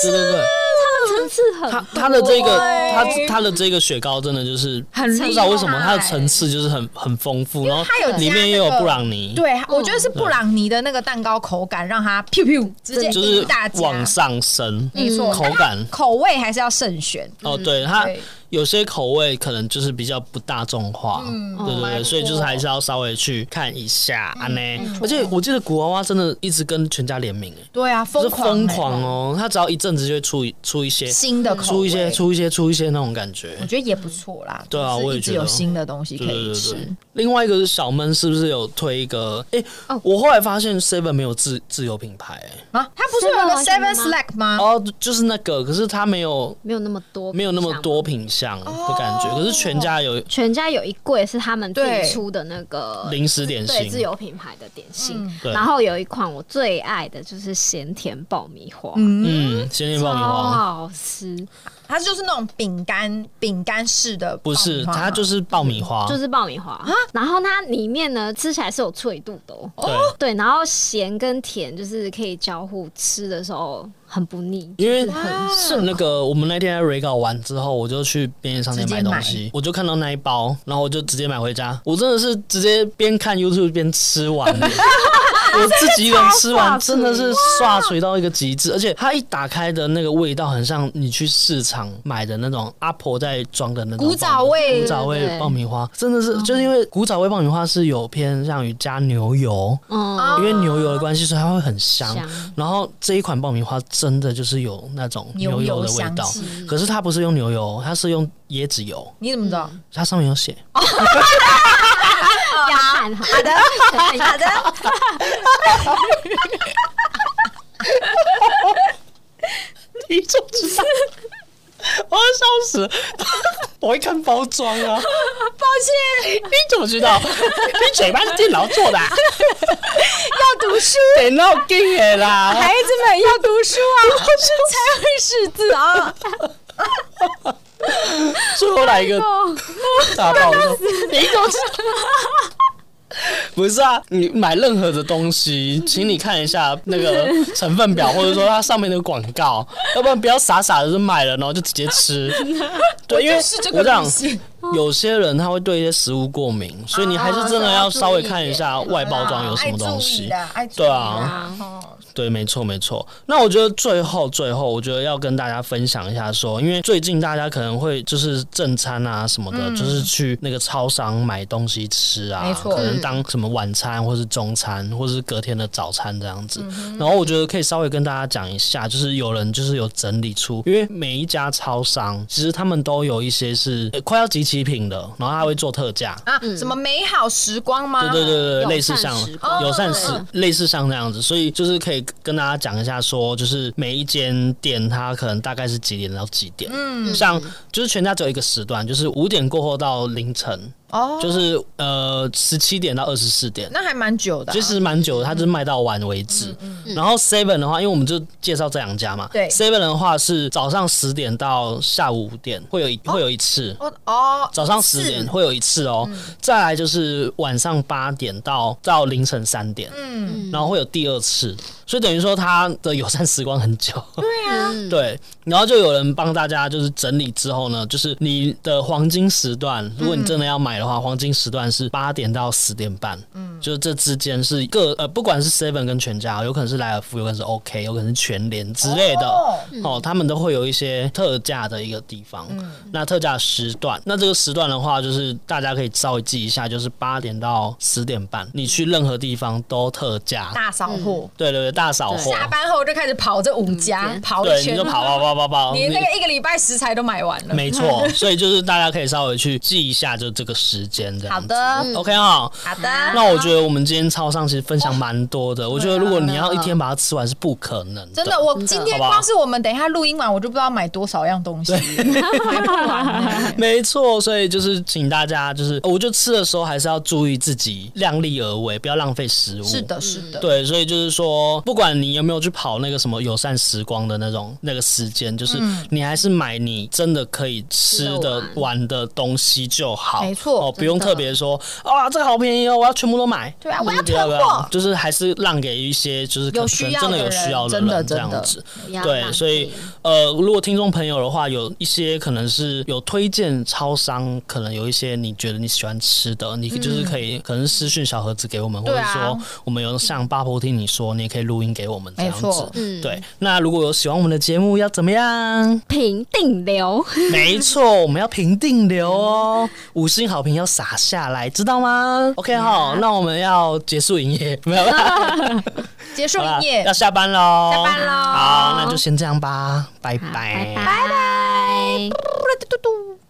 对对对，
好，层次
它
很
它的这个它
对
它的这个雪糕真的就是
很厉害
不知道为什么它的层次就是很很丰富，然后
它有加
里面也有
那个
布朗尼，
对，我觉得是布朗尼的那个蛋糕口感让它 p u 直接
就是
赢大家，
往上升，
没错，
口感。
口味还是要慎选。
哦，对，它
嗯对
有些口味可能就是比较不大众化，
嗯
对对对，所以就是还是要稍微去看一下啊呢。
嗯
而且我记得古娃娃真的一直跟全家联名，哎，
对啊，
就是
疯狂
疯
欸
狂哦，它只要一阵子就会出一出一些，
新的口味，
出一些，出一些，出一些那种感觉
我。觉得也不错啦。
对啊
就是
我也
一直
觉得
有新的东西可
对对
以
对
吃
对。，另外一个是小闷，是不是有推一个？哎、
哦
我后来发现 Seven 没有自自有品牌、哎
啊，它不是有个 Seven
Seven 完全吗
Slack 吗？
哦，就是那个，可是它没有
没有那么多，
没有那么。多品相的感
哦
觉，可是全家有
全家有一柜是他们自
对
己出的那个
零食点
对
心
自，有品牌的点心，
嗯对
然后有一款我最爱的就是咸甜爆米花，
嗯，鲜甜爆
超
米花
好吃，
它就是那种饼干饼干式的爆
不
米花吗，
是，它就是爆米花，
就是爆米
啊
花。然后它里面呢吃起来是有脆度的、哦，
对。
对，然后咸跟甜就是可以交互，吃的时候很不腻。
因为是那个，我们那天在 r e g a 完之后，我就去便利商店
直接
买东
买
西，我就看到那一包，然后我就直接买回家。我真的是直接边看 YouTube 边吃完、欸我自己一个人吃完真的是刷锤到一个极致，而且它一打开的那个味道，很像你去市场买的那种阿婆在装的那种
古早
爆米
味
古早
对
味
对
爆米花，真的是就是因为古早味爆米花是有偏向于加牛油，
嗯，
因为牛
哦
油的关系，所以它会很香
香。
然后这一款爆米花真的就是有那种牛油的味
牛油
道
香气，
可是它不是用牛油，哦它是用椰子油，
你怎么知道？
它上面有写。
要看好
<laughs>
的，
啊
好的，
<laughs>
你就知道， <laughs> 我要笑死了！ <laughs> 我会看包装啊。
抱歉，
<laughs> 你怎么知道？ <laughs> 你嘴巴是电脑做的、啊，
<laughs> 要读书，
电脑啊给的啦。
孩子们要读书啊， <laughs> 才会识字啊。
最后来一个大爆装，你怎么知道？不是啊，你买任何的东西，请你看一下那个成分表，或者说它上面的广告，要不然不要傻傻的就买了，然后就直接吃。对，因为
就是这
我
个
这样
路，线，
有些人他会对一些食物过敏，所以你还是真的要稍微看一下外包装有什么东西。
爱注
对
意
啊
啦哦
对，没错没错。那我觉得最后最后，我觉得要跟大家分享一下说，因为最近大家可能会就是正餐啊什么的，就是去那个超商买东西吃啊，
嗯没错
可能当什么晚餐或是中餐或是隔天的早餐这样子。
嗯
然后我觉得可以稍微跟大家讲一下，就是有人就是有整理出，因为每一家超商其实他们都有一些是、呃快要集齐品的，然后他会做特价。
啊，什么美好时光吗？
对对对对，
哦友
类似
善
像
时光嗯
友善
哦
时类似像那样子，所以就是可以跟大家讲一下说就是每一间店它可能大概是几点到几点。
嗯，
像就是全家只有一个时段，就是五点过后到凌晨，
哦，
就是呃十七点到二十四点，
那还蛮久的啊，
其实蛮久的，它就是卖到晚为止。
嗯
然后 Seven 的话，因为我们就介绍这两家嘛，
对
，Seven 的话是早上十点到下午五点会有一会有一次，
哦哦，
早上十点会有一次哦，
嗯
再来就是晚上八点到到凌晨三点，嗯，然后会有第二次，所以等于说它的友善时光很久，
对啊，
<laughs> 对，然后就有人帮大家就是整理之后呢，就是你的黄金时段，如果你真的要买的
嗯
话，黄金时段是八点到十点半，嗯，就是这之间是各呃，不管是 Seven 跟全家，有可能是莱尔富，有可能是 OK，有可能是全联之类的，
哦
哦他们都会有一些特价的一个地方，
嗯
那特价时段，那这个时段的话，就是大家可以稍微记一下，就是八点到十点半，你去任何地方都特价。
大扫货，
对对对，大扫货，
下班后就开始跑这嗯五家，跑
对
一，
你
圈
就，跑跑跑跑跑，
哦你那个一个礼拜食材都买完了。
没错，所以就是大家可以稍微去记一下，就这个时间这样。
好，的，嗯
嗯
OK 哈。
好的。
那我觉得我们今天超上其实分享蛮多的，我觉得如果你要一天把它吃完是不可能的。
真的，我今天
好不好
光是我们等一下录音完，我就不知道买多少样东西，买不完呢。
没错，所以就是请大家，就是呃我觉得吃的时候还是要注意自己量力而为，不要浪费食物。
<laughs> 是。的，是的，
对，所以就是说，不管你有没有去跑那个什么友善时光的那种那个时间，就是
嗯
你还是买你真的可以吃
吃得
的
完、
玩的东西就好。
没错
哦，不用
真的
特别说啊，这个好便宜哦，我要全部都买。
对啊，我要
不
囤
要不要
货，。
就是还是让给一些就是可
有
能
需要
真的
的
有需要
人真的
人这
真的
样子。
不要
对
浪，
所以
费
呃，如果听众朋友的话，有一些可能是有推荐超商，可能有一些你觉得你喜欢吃的，你就是可以可能私讯小盒子给我们，或
对
者
啊
说我们有像八婆听你说，你也可以录音给我们这
没
样
错
子。
嗯
对，那如果有喜欢我们的节目，要怎么样？
评定流，
没错，我们要评定流哦，五星好评要撒下来，知道吗？OK 哈，那我们要结束营业，没有啦。
结束
好啦
营业
要，下班喽，
下班喽
好，那就先这样吧，拜
好
拜
拜拜。
嘟嘟嘟嘟。